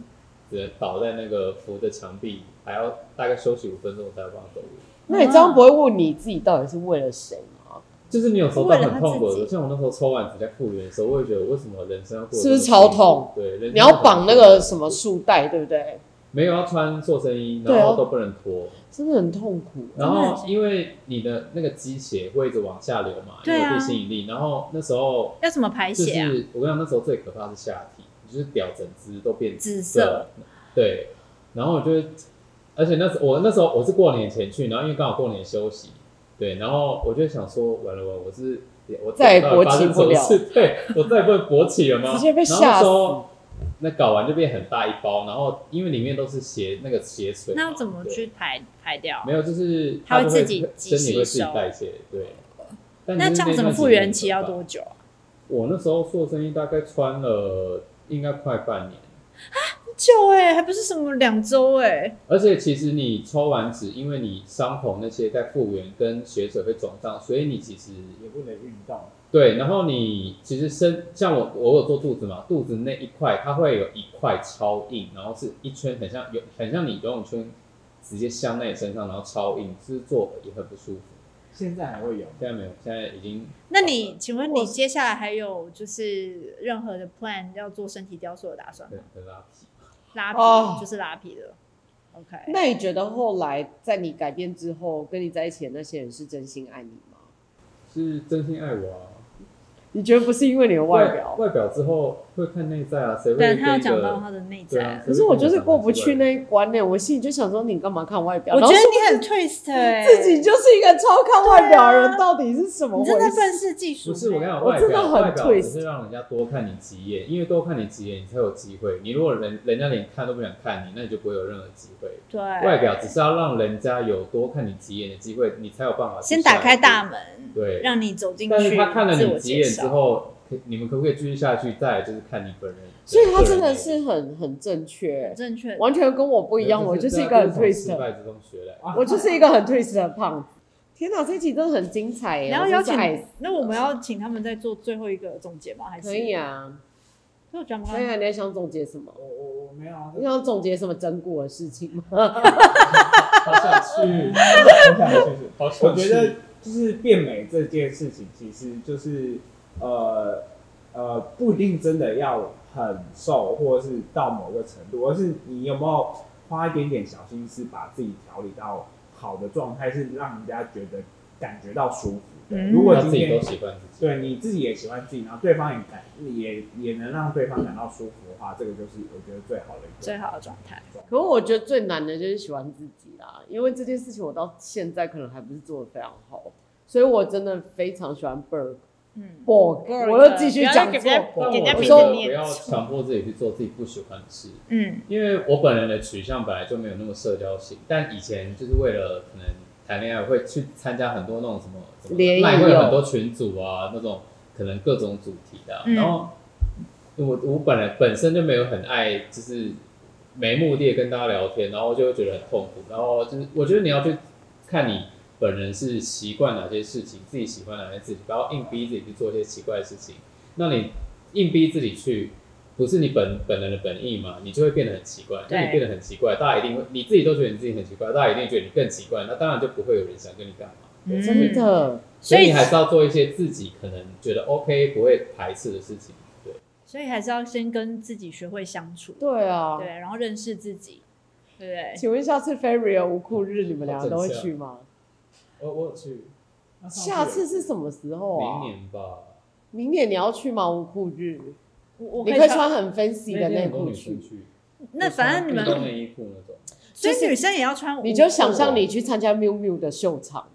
只能倒在那个扶着墙壁，还要大概休息五分钟我才有办法走路。
那你这样不会问你自己到底是为了谁吗？
就是你有时候到
为了他
很痛苦
自己
的，像我那时候抽完脂在复原的时候，我也觉得为什么人生要过得
是不是
这么
超
辛苦
痛？
对，人生
你要绑那个什
很
么
痛苦
束带，对不对？
没有要穿塑身衣，
对
然
啊
后都不能脱，
真的很痛苦。欸
然后因为你的那个肌血会一直往下流嘛，因
对
为
啊
地心引力，然后那时候
要怎么排
就是
血啊？
我跟你讲，那时候最可怕是下体，就是屌整只都变
紫色
色，对，然后我就会，而且那时我那时候我是过年前去，然后因为刚好过年休息，对，然后我就想说，完了完了，我是我
再也
到底发生
勃起不了
什么事 对我再也不能勃起了吗？
直接被
然后那
吓
时
死
候那搞完就变很大一包，然后因为里面都是血那个血水嘛，
那要怎么
对
去排排掉？
没有，就是
它会
就
自己
身体会自
吸
己
收
代谢，对。但
那
就是
这样
那
子
段
复
时间
原期要
很可怕
多久啊？
我那时候做生意大概穿了应该快半年，
很久哎、还不是什么两周哎，
而且其实你抽完脂，因为你伤口那些在复原跟血水会肿胀，所以你其实
也不能运动，
对，然后你其实身像我我有做肚子嘛，肚子那一块它会有一块超硬，然后是一圈很像有很像你游泳圈直接镶在你身上，然后超硬，就是做也很不舒服。
现在还会有。
现在没有，现在已经
那你请问你接下来还有就是任何的 plan 要做身体雕塑的打算吗
很？很拉皮。
拉皮、
哦
就是拉皮的，OK。
那你觉得后来在你改变之后，跟你在一起的那些人是真心爱你吗？
是真心爱我啊。
你觉得不是因为你的外表？
外表之后会看内在啊，谁会
对
跟
他有
一
讲到
个
他的内
对
在
啊，
可是我就是过不去那一关呢、我心里就想说，你干嘛看外表？
我觉得
然后
你很 twist 哎、
自己就是一个超看外表的人，
对啊
到底是什么
你
回
真的
事？
愤世嫉俗。欸
不是我跟你讲，
我
外
真的
表
很
外表只
twist
是让人家多看你几眼，因为多看你几眼，你才有机会。你如果人人家连看都不想看你，那你就不会有任何机会。
对，
外表只是要让人家有多看你几眼的机会，你才有办法去
先打开大
下
门
一，步对。
让你走进去。
但是他看了
自我
你几
介
眼之
绍。
后，可你们可不可以继续下去？再来就是看你本人。
所以他真的
个人魅力
是很很正确
很，正确，
完全跟我不一样。我啊就是一个很
这是从
twist
失
的，
败之中学来的。
我就是一个很 twist 的胖子。天哪，这集真的很精彩耶！
然后
我
邀
真是
请
爱死，
那我们要请他们再做最后一个总结吗？还是
可以？啊，
所以我觉得我们
可以啊。你还想总结什么？
我我我没有啊，
你想总结什么整蛊的事情吗？
好想去，
我想就是。
好想去。
我觉得就是变美这件事情，其实就是呃呃，不一定真的要很瘦，或者是到某个程度，而是你有没有花一点点小心思，把自己调理到好的状态，是让人家觉得感觉到舒服的。
嗯
如果
他
今
自己
天
都喜欢自己。
对你自己也喜欢自己，然后对方也感也也能让对方感到舒服的话，这个就是我觉得最好的一个
最好的状态。
状态
可是我觉得最难的就是喜欢自己啦，因为这件事情我到现在可能还不是做的非常好，所以我真的非常喜欢 Berg。
嗯，
Berg，我又继续讲
给
错
人家
但我
给人
觉
家
得
评
说
论
不
念
要强迫自己去做自己不喜欢的事，
嗯，
因为我本人的取向本来就没有那么社交型，但以前就是为了可能谈恋爱会去参加很多那种什么什么
联谊
赖会
哦
有很多群组啊，那种可能各种主题的啊、
嗯
然后我我本来本身就没有很爱就是没目的地跟大家聊天，然后就会觉得很痛苦，然后就是我觉得你要去看你。本人是习惯哪些事情，自己喜欢哪些事情，不要硬逼自己去做一些奇怪的事情。那你硬逼自己去，不是你本本人的本意嘛，你就会变得很奇怪。
对
那你变得很奇怪，大家一定会，你自己都觉得你自己很奇怪，大家一定觉得你更奇怪，那当然就不会有人想跟你干嘛。
嗯
真的，
所
所以你
以
还是要做一些自己可能觉得 OK 不会排斥的事情。对，
所以还是要先跟自己学会相处，
对啊。
对，然后认识自己，对不对？
请问下次 Ferry 无裤日你们两个都会去吗？
我我有去
下次是什么时候啊？
明，年吧，
明年你要去吗？无裤日，
我我
你可以穿很 fancy 的
那天
内
很多
裤
女生
去。
去，
那反正你
运动
们，
内衣裤那种，
就
所以
是
女生也要穿无裤，
你就想象你去参加 miu miu 的秀场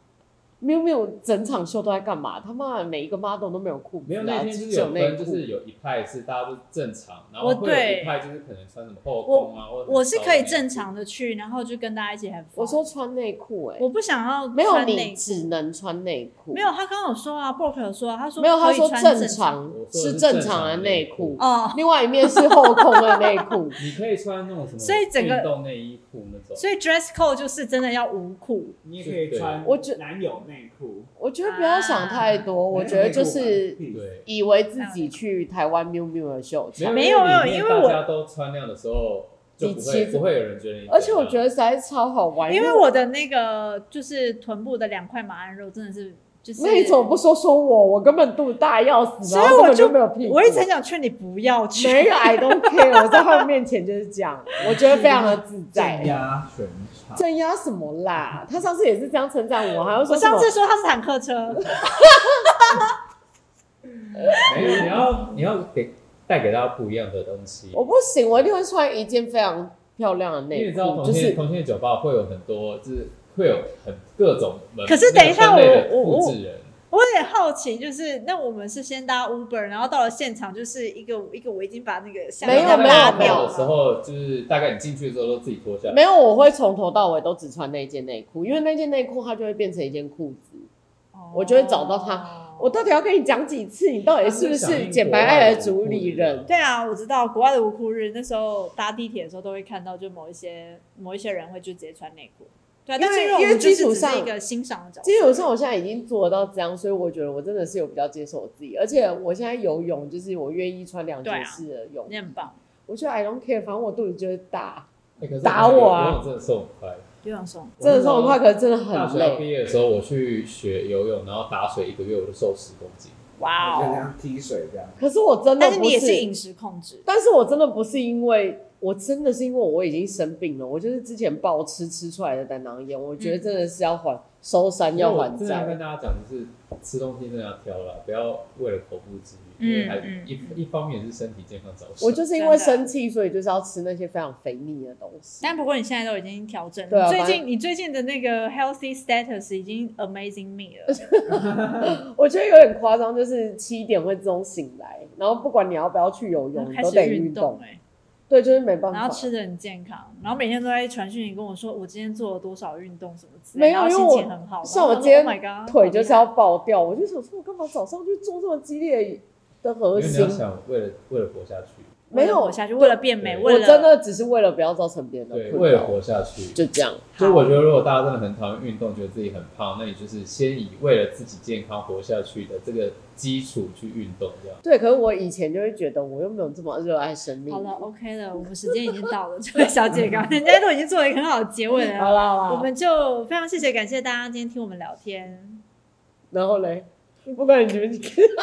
，miu miu 整场秀都在干嘛？他妈的每一个 model 都没有裤子
没有
啊，
那天就是
只有
有
内
分，
裤。
就是有一派是大家都正常，然
我
后会有
对
一派就是可能穿什么后空啊，或者
我是可以正
常。
常的去，然后就跟大家一起很。
我说穿内裤、欸，
我不想要
没有，
穿内
你
裤
只能穿内裤。
没有，他刚刚有说啊，Bork 有说啊，他说
没有，他
可以
说
穿
正
常
常
我说的
是
是
正
正
常
常
的
的
内
内
裤
裤，。
哦，
另外一面是后空的内裤
你可以穿那种什么
所以整个
运动内衣裤裤那种。
所以 dress code 就是真的要无裤，
你也可以穿
我觉
男友内裤，
我觉得不要
啊
想太多，我觉得就是
对，
以为自己去台湾 miu miu 的秀场，
没
没有没有
因
因为
大
我
家都穿那样的时候，就不
你其
会
实
不会有人觉得你怎样。
而且我觉得实在是超好玩，
因为我的那个就是臀部的两块马鞍肉真的是就是
那你怎么不说说我？我根本肚大要死，
所以
然后根
我
本
就
没有屁股。
我一直很想劝你不要去，
没有 I don't care，我在他们面前就是这 样，我觉得非常的自
镇
啊
在。
压全场。
镇压什么啦？他上次也是这样称赞我，还要
我
说什么
上次说他是坦克车，
没有，你要你要给带给大家不一样的东西。
我不行，我一定会穿一件非常漂亮的
因为你
内
知道
裤，
同
就
性
是
同性酒吧会有很多，就是会有很各种门。
可是等一下
那个分类的
我我我
复制人，
我也好奇，就是那我们是先搭 Uber，然后到了现场就是一个一个我已经把那个项
没有
链拉
没有
掉
的时
了，
候，就是大概你进去的时候都自己脱下来。
没有，我会从头到尾都只穿那件内裤，因为那件内裤它就会变成一件裤子。
哦
我就会找到
他
我到底要跟你讲几次？你到底是不是简白爱的主理人？
对啊，我知道国外的无裤日，那时候搭地铁的时候都会看到，就某一些某一些人会就直接穿内裤。对啊，
因为
但是因为我
因为
们就是
基础
只是
上
一个欣赏的角
基
色，
本上我现在已经做得到这样，所以我觉得我真的是有比较接受我自己，而且我现在游泳就是我愿意穿
啊
两件式的泳衣
你，很棒，
我觉得 I don't care，反正我肚子就是大，
欸可是
打我啊
游泳真的瘦很快，
游泳送。
真的是很快，可是真的
啊大
很
学要
累。
毕业的时候，我去学游泳，然后打水一个月，我就瘦十公斤。
哇
就这
哦！
样踢水这样，
可是我真的
但是
不
你也是
是，
饮食控制，
但是我真的不是因为。我真的是因为我已经生病了，我就是之前暴吃吃出来的胆囊炎，我觉得
嗯
真的是要还、收山要还
真的要
债
跟。大家讲，就是吃东西真的要挑了，不要为了口腹之欲，
嗯
因为还
嗯
一一方面是身体健康着啊想。
我就是因为生气，所以就是要吃那些非常肥腻的东西。
但不过你现在都已经调整
对啊
了。最
反正
近你最近的那个 healthy status 已经 amazing me 了。
我觉得有点夸张，就是七点会自动醒来，然后不管你要不要去游泳，你
开
都
始
得
运
动。
哎、
对，就是没办
然后
法。
吃的很健康，然后每天都在传讯你跟我说我今天做了多少运动什么之
没
类，
有
然后
因
心
为我
情很好。
像我
然后
今天
oh my God，
腿就是
好
要
厉害
爆掉，我就想说，我干嘛早上去做这么激烈的
因
核
为你要
心？
想，为了为了活下去，
没
为了
有
活，下去，为了变美，
对
为
我
了
真的只是为了不要造成别人的
对，
困
为了
扰，
活下去。
就这样。
所以我觉得，如果大家真的很讨厌运动，觉得自己很胖，那你就是先以为了自己健康活下去的这个基础去运动，这样。
对，可是我以前就会觉得，我又没有这么热爱生命。
好了，OK 了，我们时间已经到了， 这位小 姐刚，人家都已经做了一个很好的结尾
好
了，
啦好
我
啦，
们就非常谢谢感谢大家今天听我们聊天，
然后嘞，不管你们，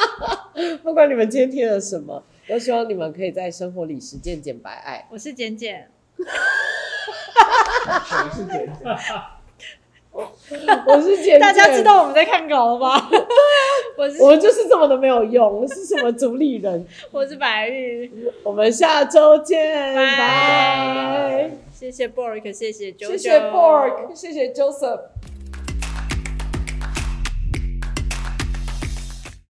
不管你们今天听了什么，都希望你们可以在生活里实践简白爱。
我是简简，
谁是姐姐？
我是简，
大家知，道我们在看稿了吧？ 我是
我们就是这么的没有用，是什么主理人？
我是白玉，
我们下周见，
拜
拜。
谢谢 Bork，谢谢 JoJo，
谢谢 Borg，谢谢 Joseph。